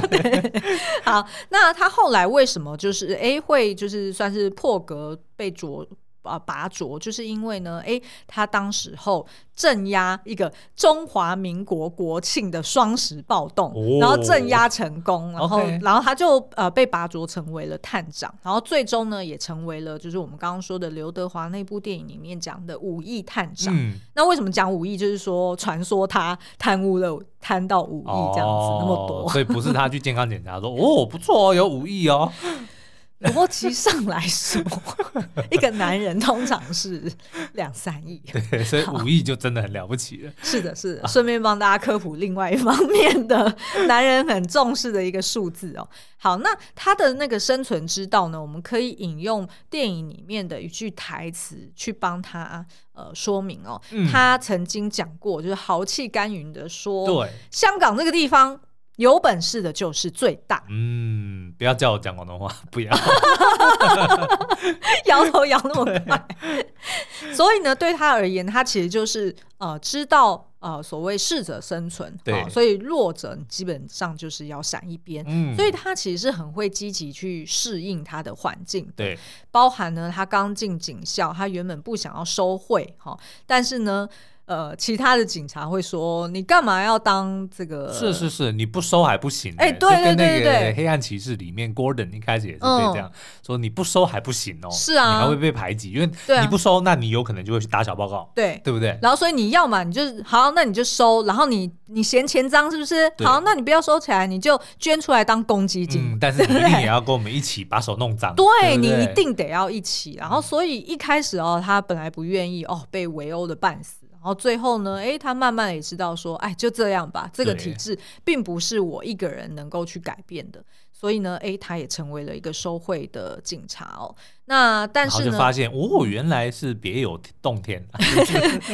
S1: 好，那他后来为什么就是诶会就是算是破格被捉啊拔擢，就是因为呢诶他当时候镇压一个中华民国国庆的双十暴动，
S2: 哦
S1: 然后镇压成功，然后
S2: OK
S1: 然后他就呃被拔擢成为了探长，然后最终呢也成为了就是我们刚刚说的刘德华那部电影里面讲的武义探长。
S2: 嗯，
S1: 那为什么讲武义？就是说传说他贪污了贪到五亿这样子、那么多
S2: 哦，所以不是他去健康检查说，哦，不错哦，有五亿哦，
S1: 不过其实上来 说，一个男人通常是两三 亿。
S2: 对，所以五亿就真的很了不起了。
S1: 是的，
S2: 啊
S1: 是的。顺便帮大家科普另外一方面的男人很重视的一个数字哦。好，那他的那个生存之道呢，我们可以引用电影里面的一句台词去帮他呃说明哦。
S2: 嗯
S1: 他曾经讲过，就是豪气干云的说，
S2: 对，
S1: 香港这个地方有本事的就是最大。
S2: 嗯，不要叫我讲广东话，不 要。
S1: 摇头摇那么快。 所以呢，对他而言，他其实就是呃，知道呃，所谓适者生存，
S2: 对
S1: 啊所以弱者你基本上就是要闪一边。
S2: 嗯，
S1: 所以他其实是很会积极去适应他的环境，
S2: 对，
S1: 包含呢，他刚进警校，他原本不想要收贿哈、但是呢，呃，其他的警察会说你干嘛要当这个？
S2: 是是是，你不收还不行
S1: 呃
S2: 欸。
S1: 哎对
S2: 就跟
S1: 对
S2: 那
S1: 对
S2: 个
S1: 对
S2: 《黑暗骑士》里面，Gordon 一开始也是被
S1: 嗯
S2: 这样、说，你不收还不行哦，
S1: 是啊
S2: 你还会被排挤，因为
S1: 对啊
S2: 你不收，那你有可能就会去打小报告，
S1: 对。
S2: 对不对？
S1: 然后所以你要嘛，你就是好，那你就收，然后你你嫌钱脏是不是？
S2: 对
S1: 好，那你不要收起来，你就捐出来当公积金。
S2: 嗯，但是你一
S1: 对
S2: 定也要跟我们一起把手弄脏，
S1: 对
S2: 对不
S1: 你
S2: 对
S1: 一定得要一起，然后所以一开始哦，他本来不愿意哦，被围殴的半死，然后最后呢，诶，他慢慢地也知道说，哎，就这样吧，这个
S2: 对
S1: 体制并不是我一个人能够去改变的，所以呢，诶，他也成为了一个收贿的警察哦。那但
S2: 然后
S1: 是
S2: 就
S1: 呢，
S2: 发现哦，原来是别有洞天，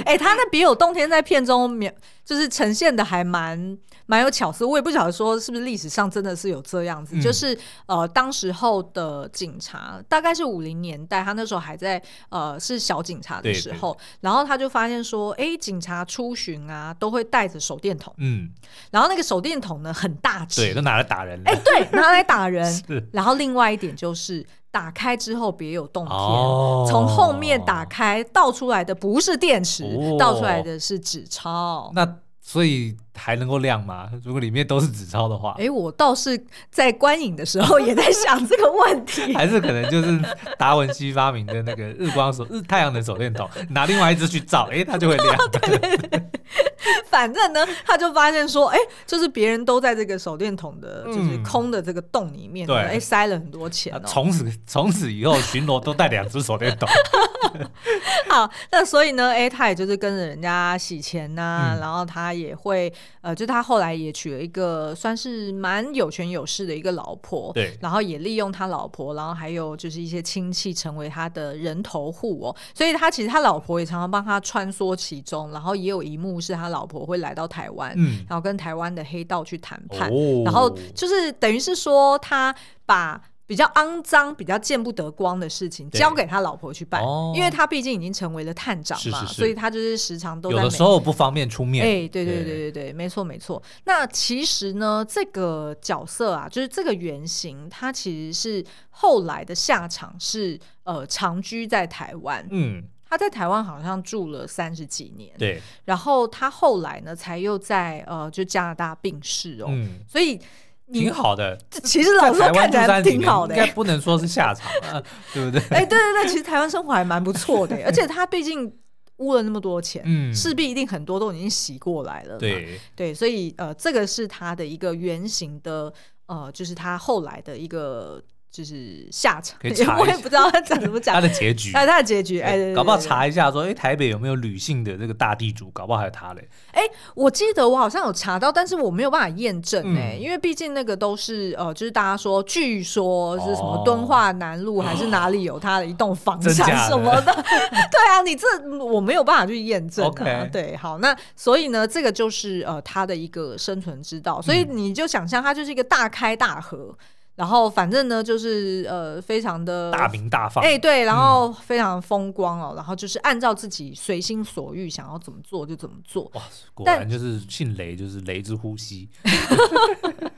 S1: 哎、他那别有洞天在片中描，就是呈现的还蛮蛮有巧思。我也不晓得说是不是历史上真的是有这样子，
S2: 嗯
S1: 就是呃，当时候的警察大概是五零年代，他那时候还在呃是小警察的
S2: 对
S1: 时
S2: 对
S1: 候，然后他就发现说，哎、警察出巡啊都会带着手电筒，
S2: 嗯，
S1: 然后那个手电筒呢很大
S2: 对，
S1: 只，
S2: 都拿来打人了，
S1: 哎、对，拿来打人。
S2: 是
S1: 然后另外一点就是打开之后别有洞天。
S2: 哦，
S1: 从后面打。开倒出来的不是电池，
S2: 哦
S1: 倒出来的是纸钞。
S2: 那所以还能够亮吗？如果里面都是纸钞的话，。
S1: 哎、我倒是在观影的时候也在想这个问题
S2: 还是可能就是达文西发明的那个日光手 日太阳能手电筒，拿另外一只去 照，哎、它就会亮。
S1: 反正呢，他就发现说，哎、就是别人都在这个手电筒的，
S2: 嗯
S1: 就是空的这个洞里面呢，
S2: 对啊
S1: 哎、塞了很多钱哦、
S2: 从此从此以后，巡逻都带两只手电 筒。
S1: 好，那所以呢，哎、他也就是跟着人家洗钱呐、
S2: 嗯
S1: 然后他也会，呃，就他后来也娶了一个算是蛮有权有势的一个老婆，
S2: 对
S1: 然后也利用他老婆，然后还有就是一些亲戚成为他的人头户哦，所以他其实他老婆也常常帮他穿梭其中，然后也有一幕是他老婆会来到台湾，
S2: 嗯，
S1: 然后跟台湾的黑道去谈判，
S2: 哦
S1: 然后就是等于是说他把。比较肮脏、比较见不得光的事情
S2: 对
S1: 交给他老婆去办，
S2: 哦
S1: 因为他毕竟已经成为了探长嘛，
S2: 是是是
S1: 所以他就是时常都
S2: 有
S1: 在
S2: 的
S1: 美
S2: 时候不方便出
S1: 哎、
S2: 面。
S1: 对对对对对，没错没错。那其实呢，这个角色啊，就是这个原型，他其实是后来的下场是呃长居在台湾，
S2: 嗯，
S1: 他在台湾好像住了三十几年，
S2: 对，
S1: 然后他后来呢才又在呃就加拿大病逝哦，
S2: 嗯，
S1: 所以你
S2: 挺好的。
S1: 这其实老实
S2: 在
S1: 说
S2: 台
S1: 看
S2: 湾
S1: 起
S2: 住
S1: 来
S2: 三十几
S1: 挺
S2: 年
S1: 好
S2: 应
S1: 的、
S2: 该不能说是下场，啊，对不对？
S1: 哎、对对对，其实台湾生活还蛮不错的、欸而且他毕竟污了那么多钱，
S2: 嗯，
S1: 势必一定很多都已经洗过来了嘛。
S2: 对，
S1: 对，所以呃，这个是他的一个原型的呃，就是他后来的一个就是下场，
S2: 可以 查
S1: 我
S2: 一
S1: 也
S2: 下
S1: 不知道他讲 怎么
S2: 它
S1: 讲，
S2: 的结局。
S1: 哎，他的结局，哎，对对
S2: 搞不好
S1: 对对
S2: 查一下说，哎、台北有没有女性的这个大地主？搞不好还有他嘞。
S1: 我记得我好像有查到，但是我没有办法验证哎、
S2: 嗯
S1: 因为毕竟那个都是呃，就是大家说，据说是什么
S2: 哦
S1: 敦化南路、还是哪里有他的一栋房
S2: 真假
S1: 产
S2: 的
S1: 什么的， 对啊，你这我没有办法去验证、啊。
S2: OK
S1: 对，好，那所以呢，这个就是呃他的一个生存之道，所以
S2: 嗯
S1: 你就想象它就是一个大开大合，然后反正呢就是呃非常的
S2: 大嗯名大放。
S1: 哎、对，然后非常风光哦，然后就是按照自己随心所欲，想要怎么做就怎么做。
S2: 哇，果
S1: 但
S2: 然就是姓雷，就是雷之呼吸。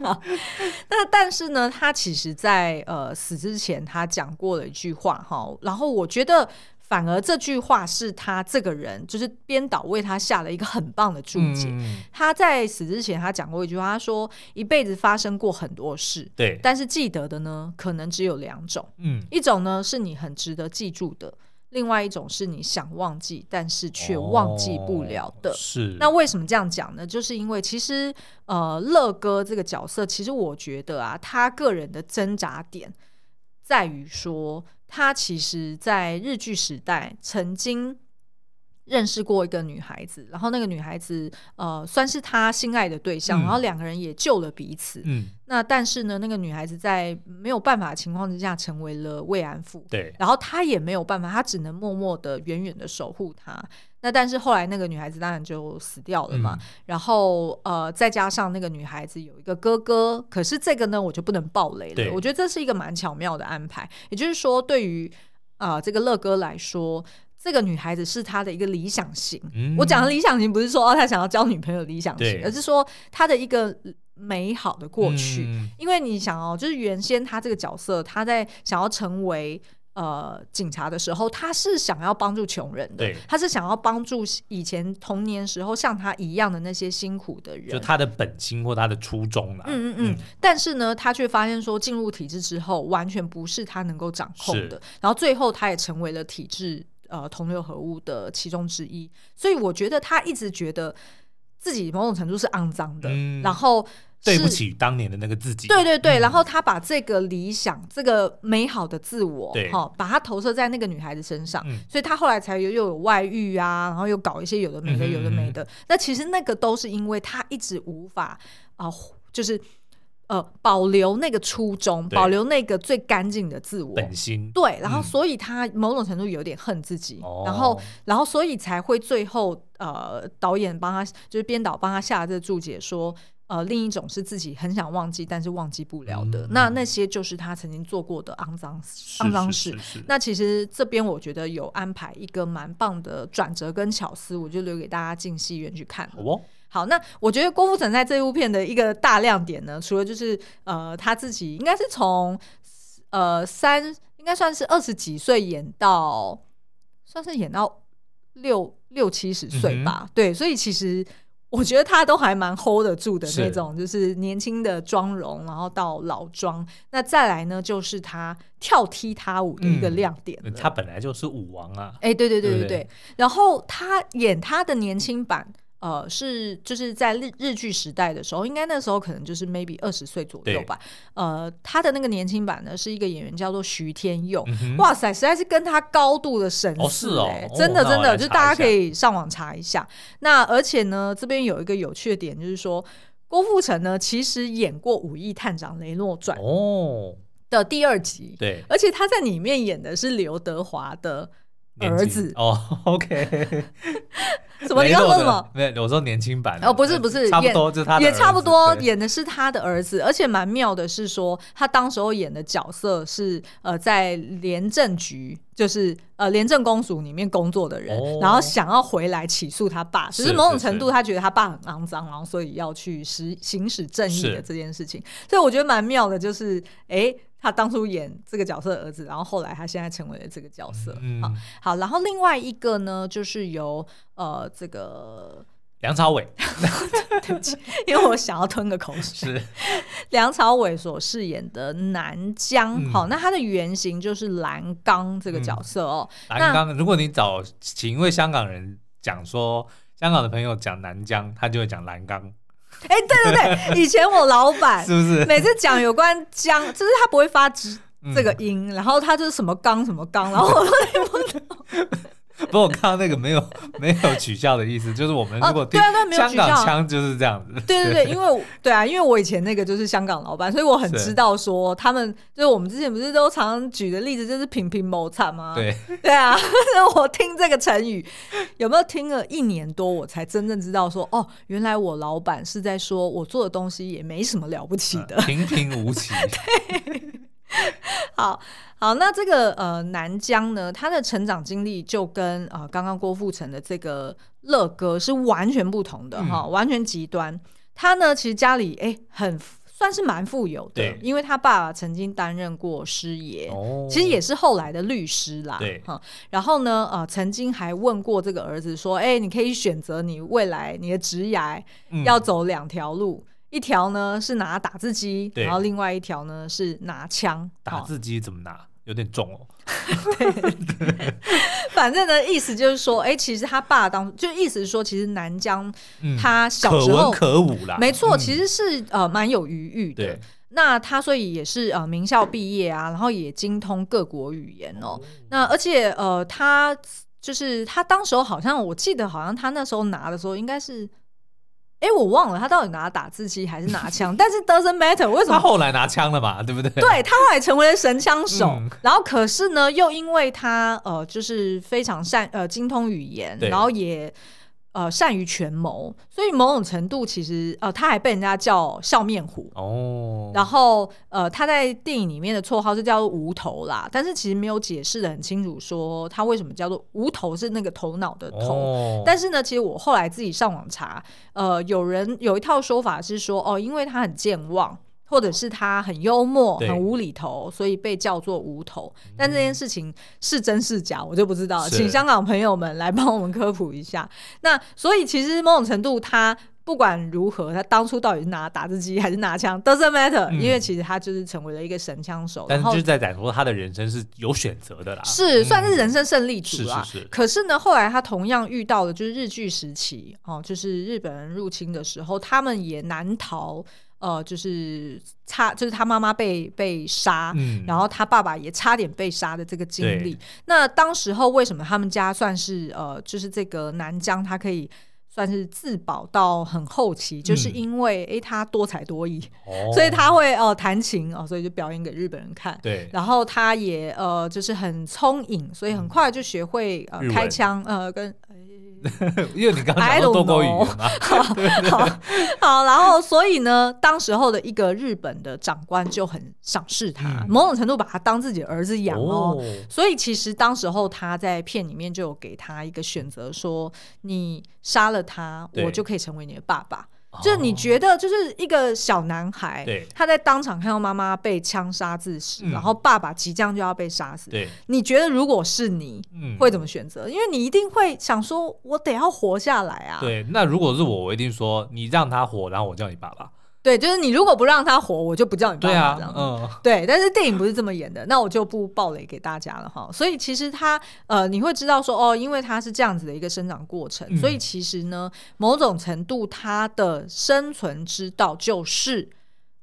S1: 那但是呢，他其实在呃死之前，他讲过了一句话哈，然后我觉得反而这句话是他这个人，就是编导为他下了一个很棒的注解。
S2: 嗯，
S1: 他在死之前，他讲过一句话，他说：“一辈子发生过很多事，
S2: 对，
S1: 但是记得的呢，可能只有两种，
S2: 嗯，
S1: 一种呢是你很值得记住的，另外一种是你想忘记，但是却忘记不了的。
S2: 哦是
S1: 那为什么这样讲呢？就是因为其实呃，乐哥这个角色，其实我觉得啊，他个人的挣扎点在于说，他其实，在日剧时代曾经认识过一个女孩子，然后那个女孩子呃，算是他心爱的对象，
S2: 嗯
S1: 然后两个人也救了彼此。
S2: 嗯，
S1: 那但是呢，那个女孩子在没有办法的情况之下，成为了慰安妇。
S2: 对，
S1: 然后他也没有办法，他只能默默的、远远的守护她。那但是后来那个女孩子当然就死掉了嘛。
S2: 嗯
S1: 然后呃，再加上那个女孩子有一个哥哥，可是这个呢，我就不能爆雷
S2: 对
S1: 了。我觉得这是一个蛮巧妙的安排，也就是说，对于啊、呃这个乐哥来说，这个女孩子是他的一个理想型。
S2: 嗯
S1: 我讲的理想型不是说哦，他想要交女朋友的理想
S2: 对
S1: 型，而是说他的一个美好的过去。
S2: 嗯
S1: 因为你想哦，就是原先他这个角色，他在想要成为呃警察的时候，他是想要帮助穷人的
S2: 对，
S1: 他是想要帮助以前童年时候像他一样的那些辛苦的
S2: 就
S1: 人。嗯
S2: 他的本心或他的初衷啦。
S1: 嗯嗯嗯，但是呢，他却发现说进入体制之后，完全不是他能够掌控的。然后最后，他也成为了体制呃同流合污的其中之一。所以我觉得他一直觉得自己某种程度是肮脏的，
S2: 嗯
S1: 然后
S2: 对
S1: 是
S2: 不起当年的那个自己。嗯
S1: 对对对，然后他把这个理想、这个美好的自我
S2: 对，
S1: 哈、把它投射在那个女孩子身上，
S2: 嗯
S1: 所以他后来才有又有外遇啊，然后又搞一些有的没的、
S2: 嗯哼
S1: 有的没的。那其实那个都是因为他一直无法啊、就是呃保留那个初衷，
S2: 对
S1: 保留那个最干净的自我。
S2: 本心。
S1: 对，然后
S2: 嗯
S1: 所以他某种程度有点恨自己，
S2: 哦
S1: 然后然后所以才会最后呃，导演帮他就是编导帮他下这个注解说，呃，另一种是自己很想忘记，但是忘记不了的，
S2: 嗯
S1: 那那些就是他曾经做过的肮脏事
S2: 是
S1: 肮脏
S2: 是
S1: 事。
S2: 是是
S1: 那其实这边我觉得有安排一个蛮棒的转折跟巧思，我就留给大家进戏院去看了
S2: 好哦，
S1: 好，那我觉得郭富城在这部片的一个大亮点呢，除了就是呃他自己应该是从呃三应该算是二十几岁演到算是演到六六七十
S2: 嗯
S1: 岁吧，对，所以其实。我觉得他都还蛮 hold 得住的
S2: 是
S1: 那种，就是年轻的妆容，然后到老妆。那再来呢，就是他跳踢踏舞的一个
S2: 嗯
S1: 亮点了、
S2: 嗯他本来就是舞王啊。
S1: 哎、对对对
S2: 对
S1: 对
S2: 不
S1: 对
S2: 对。
S1: 然后他演他的年轻版，呃，是就是在日日剧时代的时候，应该那时候可能就是 maybe 二十岁左右
S2: 对
S1: 吧。呃，他的那个年轻版呢，是一个演员叫做徐天佑。
S2: 嗯哼，
S1: 哇塞，实在是跟他高度的神似、欸、
S2: 哦是哦哦
S1: 真的
S2: 那
S1: 真
S2: 我来
S1: 的，就
S2: 查
S1: 大家
S2: 一下
S1: 可以上网查一下。那而且呢，这边有一个有趣的点，就是说郭富城呢，其实演过《武义探长雷诺传》
S2: 哦，
S1: 的第二集，
S2: 对，
S1: 而且他在里面演的是刘德华的
S2: 年
S1: 儿
S2: 轻
S1: 子，
S2: 哦 ，OK，
S1: 什么？你
S2: 雷
S1: 刚刚
S2: 诺
S1: 说
S2: 的
S1: 什么？？
S2: 没有，我说年轻版的
S1: 哦不是不是
S2: 差不
S1: 演
S2: 多就是他的
S1: 也
S2: 儿
S1: 差不
S2: 子
S1: 多，
S2: 对
S1: 演的是他的儿子，而且蛮妙的是说，他当时候演的角色是呃，在廉政局，就是呃廉政公署里面工作的人，
S2: 哦
S1: 然后想要回来起诉他爸，只是
S2: 是
S1: 某种
S2: 是
S1: 程度
S2: 是
S1: 他觉得他爸很肮脏，然后所以要去实行使正义的
S2: 是
S1: 这件事情，所以我觉得蛮妙的，就是诶，他当初演这个角色的儿子，然后后来他现在成为了这个角色，
S2: 嗯
S1: 好，好，然后另外一个呢，就是由呃这个
S2: 梁朝伟
S1: 对不起，因为我想要吞个口水。
S2: 是
S1: 梁朝伟所饰演的南疆，
S2: 嗯
S1: 好、那他的原型就是蓝刚这个角色哦。
S2: 南江。啊如果你找请一位香港人讲说。香港的朋友讲南疆，他就会讲蓝刚，
S1: 哎、对对对，以前我老板
S2: 是不是？
S1: 每次讲有关江，就是他不会发直
S2: 嗯
S1: 这个音，然后他就是什么刚什么刚，然后我
S2: 不过我看到那个没有 没有取笑的意思，就是我们如果
S1: 哦
S2: 听
S1: 对啊对啊没有
S2: 香
S1: 取笑啊。
S2: 港腔就是这样子
S1: 对对对，因为我对啊，因为我以前那个就是香港老板，所以我很
S2: 是
S1: 知道说他们就是我们之前不是都常常举的例子就是频频谋惨吗？
S2: 对，
S1: 对啊， 所以我听这个成语有没有听了一年多，我才真正知道说，哦，原来我老板是在说我做的东西也没什么了不起的。
S2: 平平 无奇。
S1: 好好，那这个呃南疆呢，他的成长经历就跟呃刚刚郭富城的这个乐哥是完全不同
S2: 嗯
S1: 的哈、完全极端。他呢，其实家里哎、很算是蛮富有的
S2: 对，
S1: 因为他爸爸曾经担任过师爷。
S2: 哦
S1: 其实也是后来的律师啦，
S2: 对
S1: 哈、然后呢，呃，曾经还问过这个儿子说：“哎、你可以选择你未来你的职涯
S2: 嗯
S1: 要走两条路，一条呢是拿打字机，
S2: 对
S1: 然后另外一条呢是拿枪。
S2: 打
S1: 哈
S2: 字机怎么拿？有点重哦。
S1: 反正呢，意思就是说，哎、其实他爸当就意思是说，其实南疆
S2: 嗯，
S1: 他小
S2: 可
S1: 时候
S2: 文可武啦，
S1: 没错，
S2: 嗯
S1: 其实是呃蛮有余裕的
S2: 对。
S1: 那他所以也是呃名校毕业啊，然后也精通各国语言哦。那而且呃，他就是他当时候好像我记得好像他那时候拿的时候应该是。哎、我忘了他到底拿打字机还是拿 枪，但是 doesn't matter，为什
S2: 他
S1: 么？
S2: 后来拿枪了嘛，对 不对？
S1: 对他后来成为了神枪手，
S2: 嗯
S1: 然后可是呢，又因为他呃，就是非常善呃精通语言，
S2: 对
S1: 然后也呃善于权谋，所以某种程度其实呃，他还被人家叫笑面虎。
S2: 哦，
S1: 然后，呃，他在电影里面的绰号是叫做“无头”啦，但是其实没有解释的很清楚，说他为什么叫做“无头”是那个头脑的头，
S2: 哦，
S1: 但
S2: 是
S1: 是呢，其实我后来自己上网查，呃，有人有一套说法是说，哦，因为他很健忘，或者是他很幽默、
S2: 对嗯
S1: 很无厘头，所以被叫做无头。但这件事情是真是假，我就不知道了，
S2: 是
S1: 请香港朋友们来帮我们科普一下。那所以其实某种程度，他不管如何，他当初到底是拿打字机还是拿枪，doesn't matter，、
S2: 嗯
S1: 因为其实他就是成为了一个神枪手，
S2: 但
S1: 然
S2: 是
S1: 后
S2: 就是在讲说他的人生是有选择的啦，
S1: 是
S2: 嗯
S1: 算是人生胜利
S2: 是
S1: 组啦。
S2: 是是，
S1: 可是呢，后来他同样遇到了就是日据时期哦，就是日本人入侵的时候，他们也难逃呃，就是差就是他妈妈被被杀。
S2: 嗯
S1: 啊然后他爸爸也差点被杀的这个经历
S2: 对，
S1: 那当时候为什么他们家算是呃，就是这个南疆他可以算是自保到很后期，就是
S2: 嗯
S1: 因为诶他多才多艺，
S2: 哦
S1: 所以他会呃弹琴哦、所以就表演给日本人看。
S2: 对
S1: 然后他也呃，就是很聪颖，所以很快就学会呃
S2: 嗯日文
S1: 开枪，呃， 跟
S2: 因为你刚刚
S1: I
S2: 讲
S1: don't
S2: 说多国语言嘛，
S1: 好好，然后所以呢，当时候的一个日本的长官就很赏识他，
S2: 嗯
S1: 某种程度把他当自己的儿子养哦。所以其实当时候他在片里面就有给他一个选择说，你杀了他，
S2: 对
S1: 我就可以成为你的爸爸。
S2: 哦
S1: 就是你觉得，就是一个小男孩
S2: 对，
S1: 他在当场看到妈妈被枪杀致死，
S2: 嗯
S1: 然后爸爸即将就要被杀死，
S2: 对，
S1: 你觉得如果是你，
S2: 嗯
S1: 会怎么选择？因为你一定会想说，我得要活下来啊。
S2: 对，那如果是我，我一定说你让他活，然后我叫你爸爸。
S1: 对就是你如果不让他活，我就不叫你爸
S2: 对
S1: 爸
S2: 啊
S1: 这样，子。
S2: 嗯，
S1: 对，但是电影不是这么 演的，那我就不暴雷给大家了哈。所以其实他呃，你会知道说哦，因为他是这样子的一个生长过程，
S2: 嗯
S1: 所以其实呢，某种程度他的生存之道就是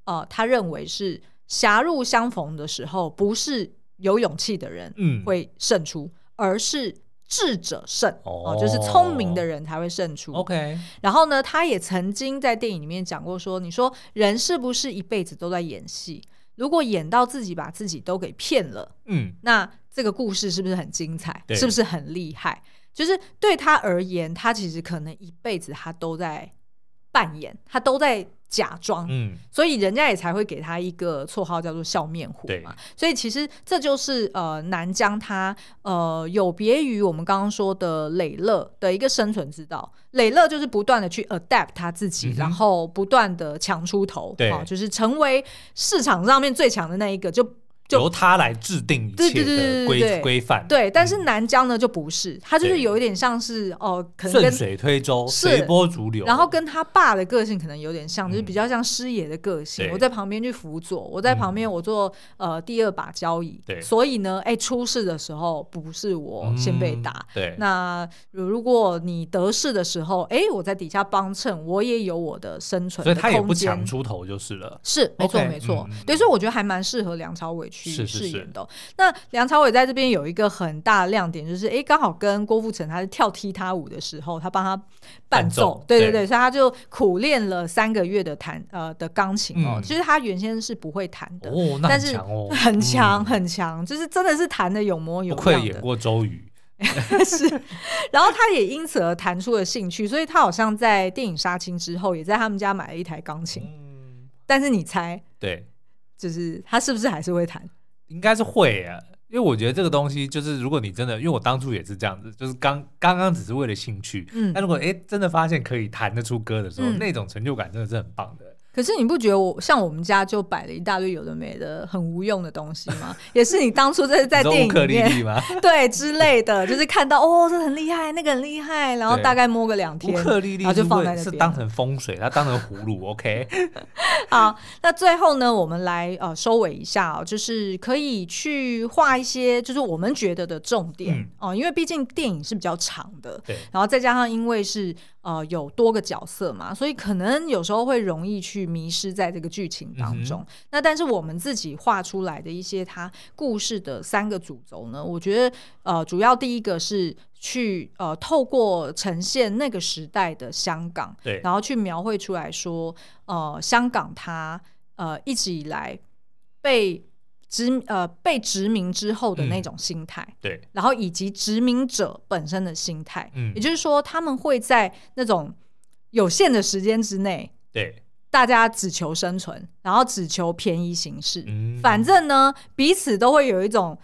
S1: 呃，他认为是狭路相逢的时候，不是有勇气的人
S2: 嗯，
S1: 会胜出，而是智者胜
S2: 哦
S1: 就是聪明的人才会胜出。
S2: OK，
S1: 然后呢，他也曾经在电影里面讲过说，你说人是不是一辈子都在演戏？如果演到自己把自己都给骗了，
S2: 嗯，
S1: 那这个故事是不是很精彩？
S2: 对
S1: 是不是很厉害？就是对他而言，他其实可能一辈子他都在扮演，他都在假装，
S2: 嗯，
S1: 所以人家也才会给他一个绰号叫做笑面虎
S2: 对
S1: 嘛。所以其实这就是呃南疆它呃有别于我们刚刚说的磊乐的一个生存之道。磊乐就是不断的去 adapt 他自己，
S2: 嗯哼
S1: 然后不断的强出头，
S2: 对
S1: 啊就是成为市场上面最强的那一个，就就
S2: 由他来制定一
S1: 对对
S2: 切
S1: 对对
S2: 的
S1: 对对
S2: 规规范，
S1: 对。但是
S2: 嗯
S1: 南疆呢就不是，他就是
S2: 对
S1: 有一点像是哦、可能
S2: 顺
S1: 跟
S2: 水推舟，
S1: 是
S2: 随波逐流，
S1: 然后跟他爸的个性可能有点像，就是
S2: 嗯
S1: 比较像师爷的个性。
S2: 对嗯
S1: 我在旁边去辅佐，我在旁边我做、呃第二把交椅。
S2: 对
S1: 所以呢，哎，出事的时候不是我先被
S2: 嗯
S1: 打。
S2: 对，
S1: 那如如果你得势的时候，哎，我在底下帮衬，我也有我的生存
S2: 所
S1: 的
S2: 以他也
S1: 空
S2: 不
S1: 间。
S2: 抢出头就是了。
S1: 是，没错
S2: OK，
S1: 没错
S2: 嗯嗯，
S1: 对，所以我觉得还蛮适合梁朝伟去
S2: 是是
S1: 饰
S2: 是
S1: 演的哦。那梁朝伟在这边有一个很大的亮点，就是哎，诶刚好跟郭富城他是跳踢踏舞的时候，他帮他伴
S2: 伴奏
S1: 奏，对对
S2: 对
S1: 对，所以他就苦练了三个月的弹呃的钢琴哦，
S2: 嗯
S1: 其实他原先是不会弹的，
S2: 哦，那
S1: 但
S2: 很
S1: 是
S2: 强哦，
S1: 很强
S2: 嗯，
S1: 很强，就是真的是弹的有模有
S2: 不
S1: 样的，
S2: 愧演过周瑜，
S1: 是，然后他也因此而弹出了兴趣，所以他好像在电影《杀青》之后，也在他们家买了一台钢琴。
S2: 嗯，
S1: 但是你猜，
S2: 对，
S1: 就是他是不是还是会弹？
S2: 应该是会啊，因为我觉得这个东西就是，如果你真的，因为我当初也是这样子，就是刚刚刚只是为了兴趣，
S1: 嗯
S2: 那如果哎真的发现可以弹得出歌的时候，
S1: 嗯
S2: 那种成就感真的是很棒的。
S1: 可是你不觉得我像我们家就摆了一大堆有的没的很无用的东西吗？ 也是你当初在在
S2: 你说
S1: 电
S2: 乌
S1: 影
S2: 克
S1: 里
S2: 丽
S1: 面
S2: 丽吗？
S1: 对之类的，就是看到哦，这很厉害，那个很厉害，然后
S2: 对
S1: 大概摸个两
S2: 乌
S1: 天。
S2: 克丽丽
S1: 然后就是放
S2: 为
S1: 在那
S2: 是
S1: 边
S2: 当成风水，它当成葫芦 ，OK？
S1: 好，那最后呢，我们来呃收尾一下哦，就是可以去画一些就是我们觉得的重点、
S2: 嗯
S1: 哦，因为毕竟电影是比较长的，
S2: 对
S1: 然后再加上因为是呃有多个角色嘛，所以可能有时候会容易去迷失在这个剧情当中。
S2: 嗯
S1: 那但是我们自己画出来的一些它故事的三个主轴呢，我觉得呃主要第一个是去呃透过呈现那个时代的香港，
S2: 对
S1: 然后去描绘出来说呃香港它呃一直以来被殖呃被殖民之后的那
S2: 嗯
S1: 种心态。
S2: 对，
S1: 然后以及殖民者本身的心态，
S2: 嗯
S1: 也就是说，他们会在那种有限的时间之内，
S2: 对，
S1: 大家只求生存，然后只求便宜行事，
S2: 嗯，
S1: 反正呢，彼此都会有一种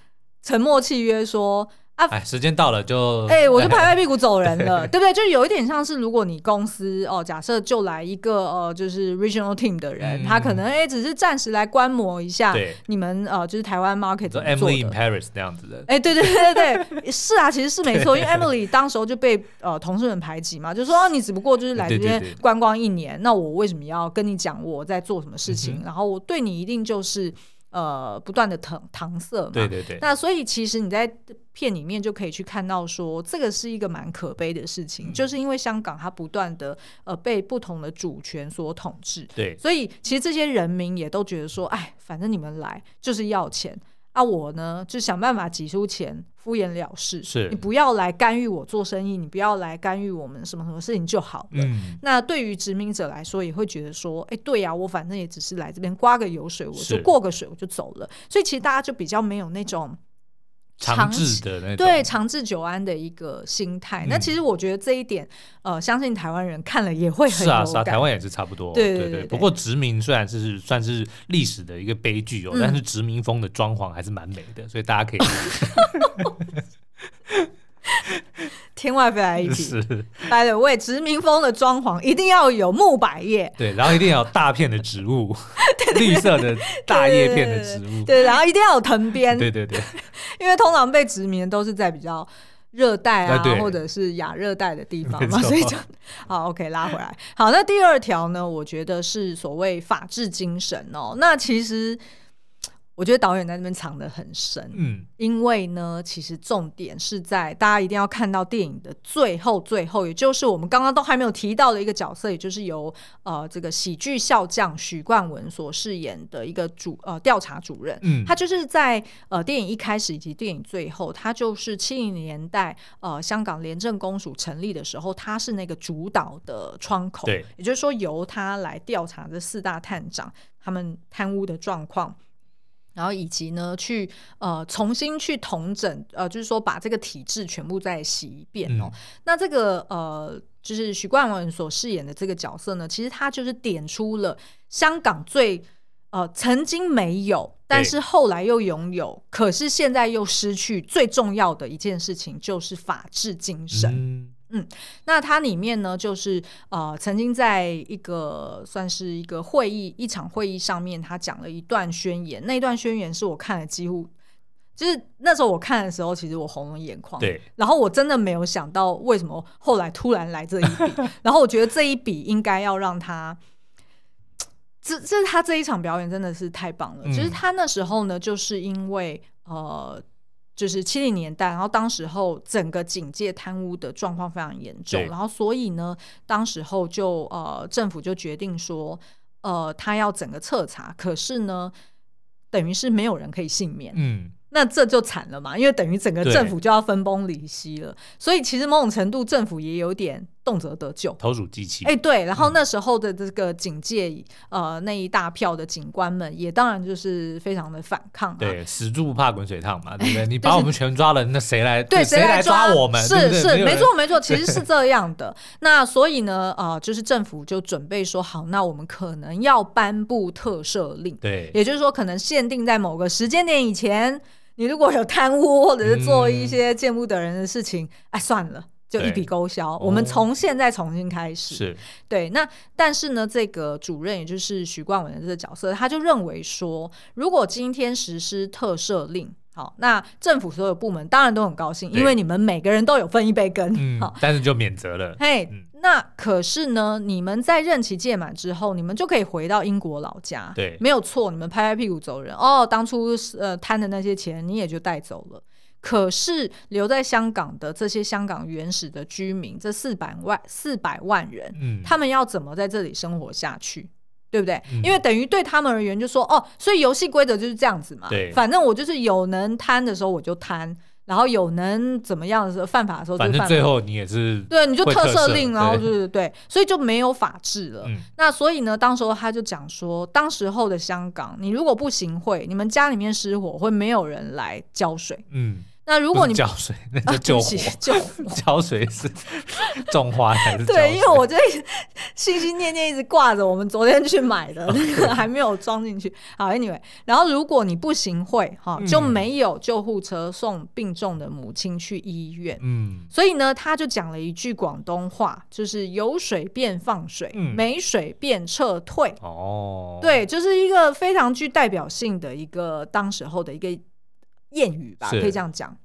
S1: 沉默契约说。啊，
S2: 哎，时间到了就
S1: 哎、 我就拍拍屁股走人了，对不对？就有一点像是，如果你公司哦，假设就来一个呃，就是 regional team 的人，
S2: 嗯
S1: 他可能哎、只是暂时来观摩一下
S2: 对
S1: 你们呃，就是台湾 market
S2: 你
S1: 怎
S2: 说
S1: 么做
S2: Emily
S1: 的
S2: in。Paris 那样子的，
S1: 哎、对对对对对，是啊，其实是没错，因为 Emily 当时候就被呃同事们排挤嘛，就说、啊、你只不过就是来这
S2: 对对
S1: 边
S2: 对
S1: 观光一年，那我为什么要跟你讲我在做什么
S2: 嗯
S1: 事情？然后我对你一定就是呃不断的搪搪塞嘛。
S2: 对对对，
S1: 那所以其实你在片里面就可以去看到说，这个是一个蛮可悲的事
S2: 嗯
S1: 情，就是因为香港它不断的呃被不同的主权所统治，
S2: 对
S1: 所以其实这些人民也都觉得说，哎，反正你们来就是要钱啊，我呢就想办法挤出钱，敷衍了事。
S2: 是
S1: 你不要来干预我做生意，你不要来干预我们什么什么事情就好了。
S2: 嗯，
S1: 那对于殖民者来说，也会觉得说，哎、对呀、我反正也只是来这边刮个油水，我就是过个水，我就走了。所以其实大家就比较没有那种
S2: 长治的那种，
S1: 对长治久安的一个心态。那
S2: 嗯
S1: 其实我觉得这一点，呃，相信台湾人看了也会很
S2: 是
S1: 有
S2: 啊
S1: 感。
S2: 是啊，台湾也是差不多，
S1: 对对
S2: 对
S1: 对对
S2: 不过殖民虽然是算是历史的一个悲剧哦，
S1: 嗯
S2: 但是殖民风的装潢还是蛮美的，所以大家 可以
S1: 天外飞来一笔。
S2: 是，
S1: by the way，殖民风的装潢一定要有木百叶，
S2: 对，然后一定要有大片的 植物，绿色的大叶片的植物，
S1: 对，然后一定要有藤编，
S2: 对对对，
S1: 因为通常被殖民的都是在比较热带啊
S2: 啊，对
S1: 或者是亚热带的地方
S2: 没
S1: 嘛，
S2: 错
S1: 所以就好 OK 拉回来。好，那第二条呢，我觉得是所谓法治精神哦。那其实我觉得导演在那边藏得很深，
S2: 嗯，
S1: 因为呢，其实重点是在大家一定要看到电影的最后，最后，也就是我们刚刚都还没有提到的一个角色，也就是由呃这个喜剧笑匠许冠文所饰演的一个主呃调查主任。
S2: 嗯
S1: 他就是在呃电影一开始以及电影最后，他就是七零年代呃香港廉政公署成立的时候，他是那个主导的窗口。
S2: 对，
S1: 也就是说由他来调查这四大探长他们贪污的状况。然后以及呢，去呃重新去统整，呃，就是说把这个体制全部再洗一遍哦。
S2: 嗯，
S1: 那这个呃，就是许冠文所饰演的这个角色呢，其实他就是点出了香港最呃曾经没有，但是后来又拥有，可是现在又失去最重要的一件事情，就是法治精神。
S2: 嗯
S1: 那它里面呢，就是呃，曾经在一个算是一个会议，一场会议上面，他讲了一段宣言。那一段宣言是我看了几乎，就是那时候我看的时候，其实我红了眼眶。。
S2: 对，
S1: 然后我真的没有想到，为什么后来突然来这一 笔。然后我觉得这一笔应该要让他，这这是他这一场表演真的是太棒了。
S2: 嗯
S1: 就是他那时候呢，就是因为呃，就是七零年代，然后当时候整个警戒贪污的状况非常严重，
S2: 对
S1: 然后所以呢，当时候就呃政府就决定说，呃，他要整个彻查，可是呢。等于是没有人可以幸免，
S2: 嗯，
S1: 那这就惨了嘛，因为等于整个
S2: 对
S1: 政府就要分崩离析了。所以其实某种程度，政府也有点动辄得咎。
S2: 投鼠忌器
S1: 哎、，对，然后那时候的这个警戒，呃，那一大票的警官们也当然就是非常的反抗、啊，
S2: 对，死猪不怕滚水烫嘛，对 不对？你把我们全抓了，那谁来？
S1: 对，
S2: 谁
S1: 来
S2: 抓我们？
S1: 是
S2: 对不对
S1: 是，
S2: 有
S1: 没
S2: 人
S1: 错 没错，其实是这样的。那所以呢，呃，就是政府就准备说好，那我们可能要颁布特赦令，
S2: 对，
S1: 也就是说，可能限定在某个时间点以前，你如果有贪污或者是做一些见不得人的事情，哎，算了，就一笔
S2: 嗯对哦
S1: 勾销。我们从现在重新开始。
S2: 是，
S1: 对，那但是呢，这个主任也就是许冠文的这个角色，他就认为说，如果今天实施特赦令，好，那政府所有部门当然都很高兴，因
S2: 对
S1: 为你们每个人都有分一杯羹。
S2: 嗯
S1: 好，，
S2: 但是就免责了，
S1: 嘿
S2: 嗯，
S1: 那可是呢，你们在任期届满之后，你们就可以回到英国老家，
S2: 对
S1: 没有错，你们拍拍屁股走人。哦，当初呃贪的那些钱，你也就带走了。可是留在香港的这些香港原始的居民，这四百万四百万人，
S2: 嗯，
S1: 他们要怎么在这里生活下去？对不对？
S2: 嗯
S1: 因为等于对他们而言，就说哦，所以游戏规则就是这样子嘛。
S2: 对
S1: 反正我就是有能贪的时候我就贪，然后有能怎么样的时候犯法的时候就
S2: 反
S1: 犯
S2: 正
S1: 法。
S2: 最后你也是，
S1: 对，你就
S2: 会
S1: 特
S2: 特
S1: 赦
S2: 赦
S1: 令，然后
S2: 对
S1: 就是对，所以就没有法治了。
S2: 嗯
S1: 那所以呢，当时候他就讲说，当时候的香港，你如果不行贿，你们家里面失火会没有人来浇水。
S2: 嗯，
S1: 那如果你
S2: 不是浇 水，那
S1: 啊
S2: 叫救火
S1: 对，不起 救火，
S2: 浇水是 种花还是浇水？
S1: 对，因为我这心心念念一直挂着我们昨天去买 的那个还没有装进去。好，anyway，然后如果你不行贿，哈，就
S2: 嗯
S1: 没有救护车送病重的母亲去医院。
S2: 嗯
S1: 所以呢，他就讲了一句广东话，就是有水便放水，
S2: 嗯
S1: 没水便撤退。
S2: 哦，
S1: 对，就是一个非常具代表性的一个当时候的一个谚语吧，可
S2: 是
S1: 以这样讲。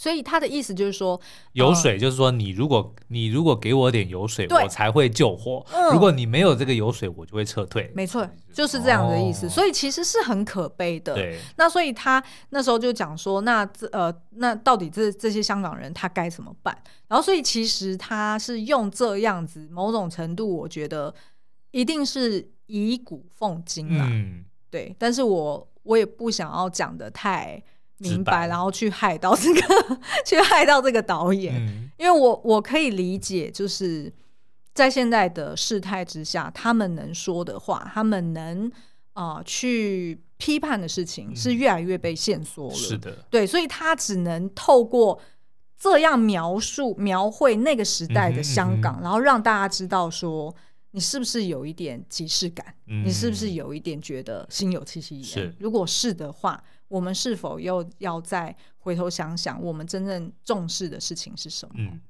S1: 所以他的意思就是说，
S2: 有水就是说，你如果你如果给我点油水，
S1: 呃对
S2: 我才会救火
S1: 嗯。
S2: 如果你没有这个油水，我就会撤退。嗯
S1: 没错，就是这样的意思。
S2: 哦
S1: 所以其实是很可悲的。
S2: 对，
S1: 那所以他那时候就讲说，那这呃，那到底这这些香港人他该怎么办？然后所以其实他是用这样子，某种程度我觉得一定是以古奉今啦，
S2: 嗯，
S1: 对。但是我我也不想要讲的太明
S2: 直
S1: 白，
S2: 白
S1: 然后去害到这个 去害到这个导演，
S2: 嗯
S1: 因为我我可以理解，就是在现在的事态之下，他们能说的话，他们能啊、呃去批判的事情，
S2: 嗯
S1: 是越来越被限缩了。
S2: 是，的，
S1: 对，所以他只能透过这样描述、描绘那个时代的香港，
S2: 嗯哼嗯
S1: 然后让大家知道说，你是不是有一点即视感。
S2: 嗯
S1: 你是不是有一点觉得心有戚戚焉
S2: 是？
S1: 如果是的话，我们是否又要再回头想想，我们真正重视的事情是什么？
S2: 嗯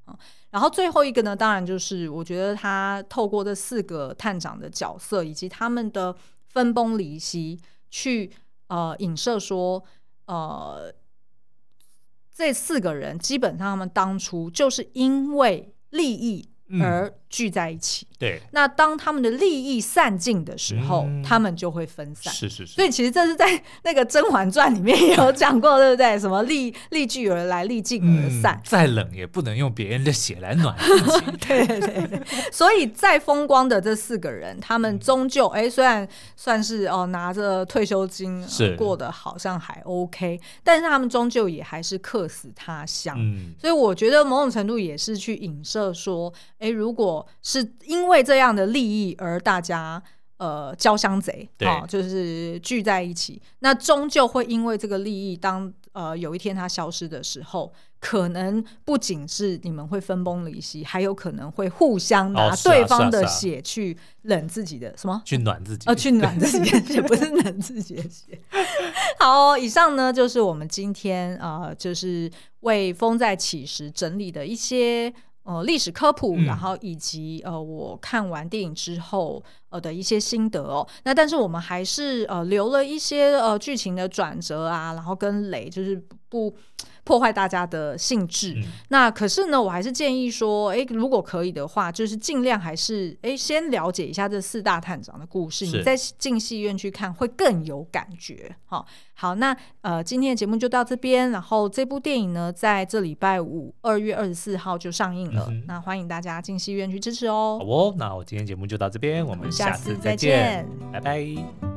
S1: 然后最后一个呢，当然就是我觉得他透过这四个探长的角色以及他们的分崩离析，去呃影射说，呃，这四个人基本上他们当初就是因为利益
S2: 嗯
S1: 而聚在一起。
S2: 对？
S1: 那当他们的利益散尽的时候，
S2: 嗯
S1: 他们就会分散。
S2: 是是是，
S1: 所以其实这是在那个《甄嬛传》里面也有讲过，对不对？什么利利聚而来，利尽而
S2: 嗯
S1: 呃散，。
S2: 再冷也不能用别人的血来暖自己。
S1: 对对对对，所以再风光的这四个人，他们终究哎、虽然算是哦、拿着退休金、呃
S2: 是
S1: 过得好像还 OK，但是他们终究也还是客死他乡。
S2: 嗯，
S1: 所以我觉得某种程度也是去影射说，诶，如果是因为这样的利益而大家呃交相贼，
S2: 对
S1: 啊就是聚在一起，那终究会因为这个利益，当呃有一天它消失的时候，可能不仅是你们会分崩离析，还有可能会互相拿
S2: 哦是啊
S1: 对方的
S2: 是啊是啊
S1: 血去冷自己的、什么。
S2: 去暖自己。
S1: 呃，去暖自己的血， 不是冷自己的血。 好、哦以上呢就是我们今天呃，就是为《风再起时》整理的一些呃历史科普，
S2: 嗯
S1: 然后以及呃我看完电影之后呃的一些心得哦。那但是我们还是呃留了一些呃剧情的转折啊，然后跟雷就是不不破坏大家的兴致。
S2: 嗯
S1: 那可是呢，我还是建议说，诶，如果可以的话，就是尽量还是诶，先了解一下这四大探长的故事，
S2: 是
S1: 你再进戏院去看会更有感觉。好、好，那呃，今天的节目就到这边，然后这部电影呢，在这礼拜五二月二十四号就上映了，
S2: 嗯哼
S1: 那欢迎大家进戏院去支持哦
S2: 好。哦，那我今天节目就到这边，我们
S1: 下
S2: 下
S1: 次
S2: 次
S1: 再
S2: 再
S1: 见
S2: 见，拜拜。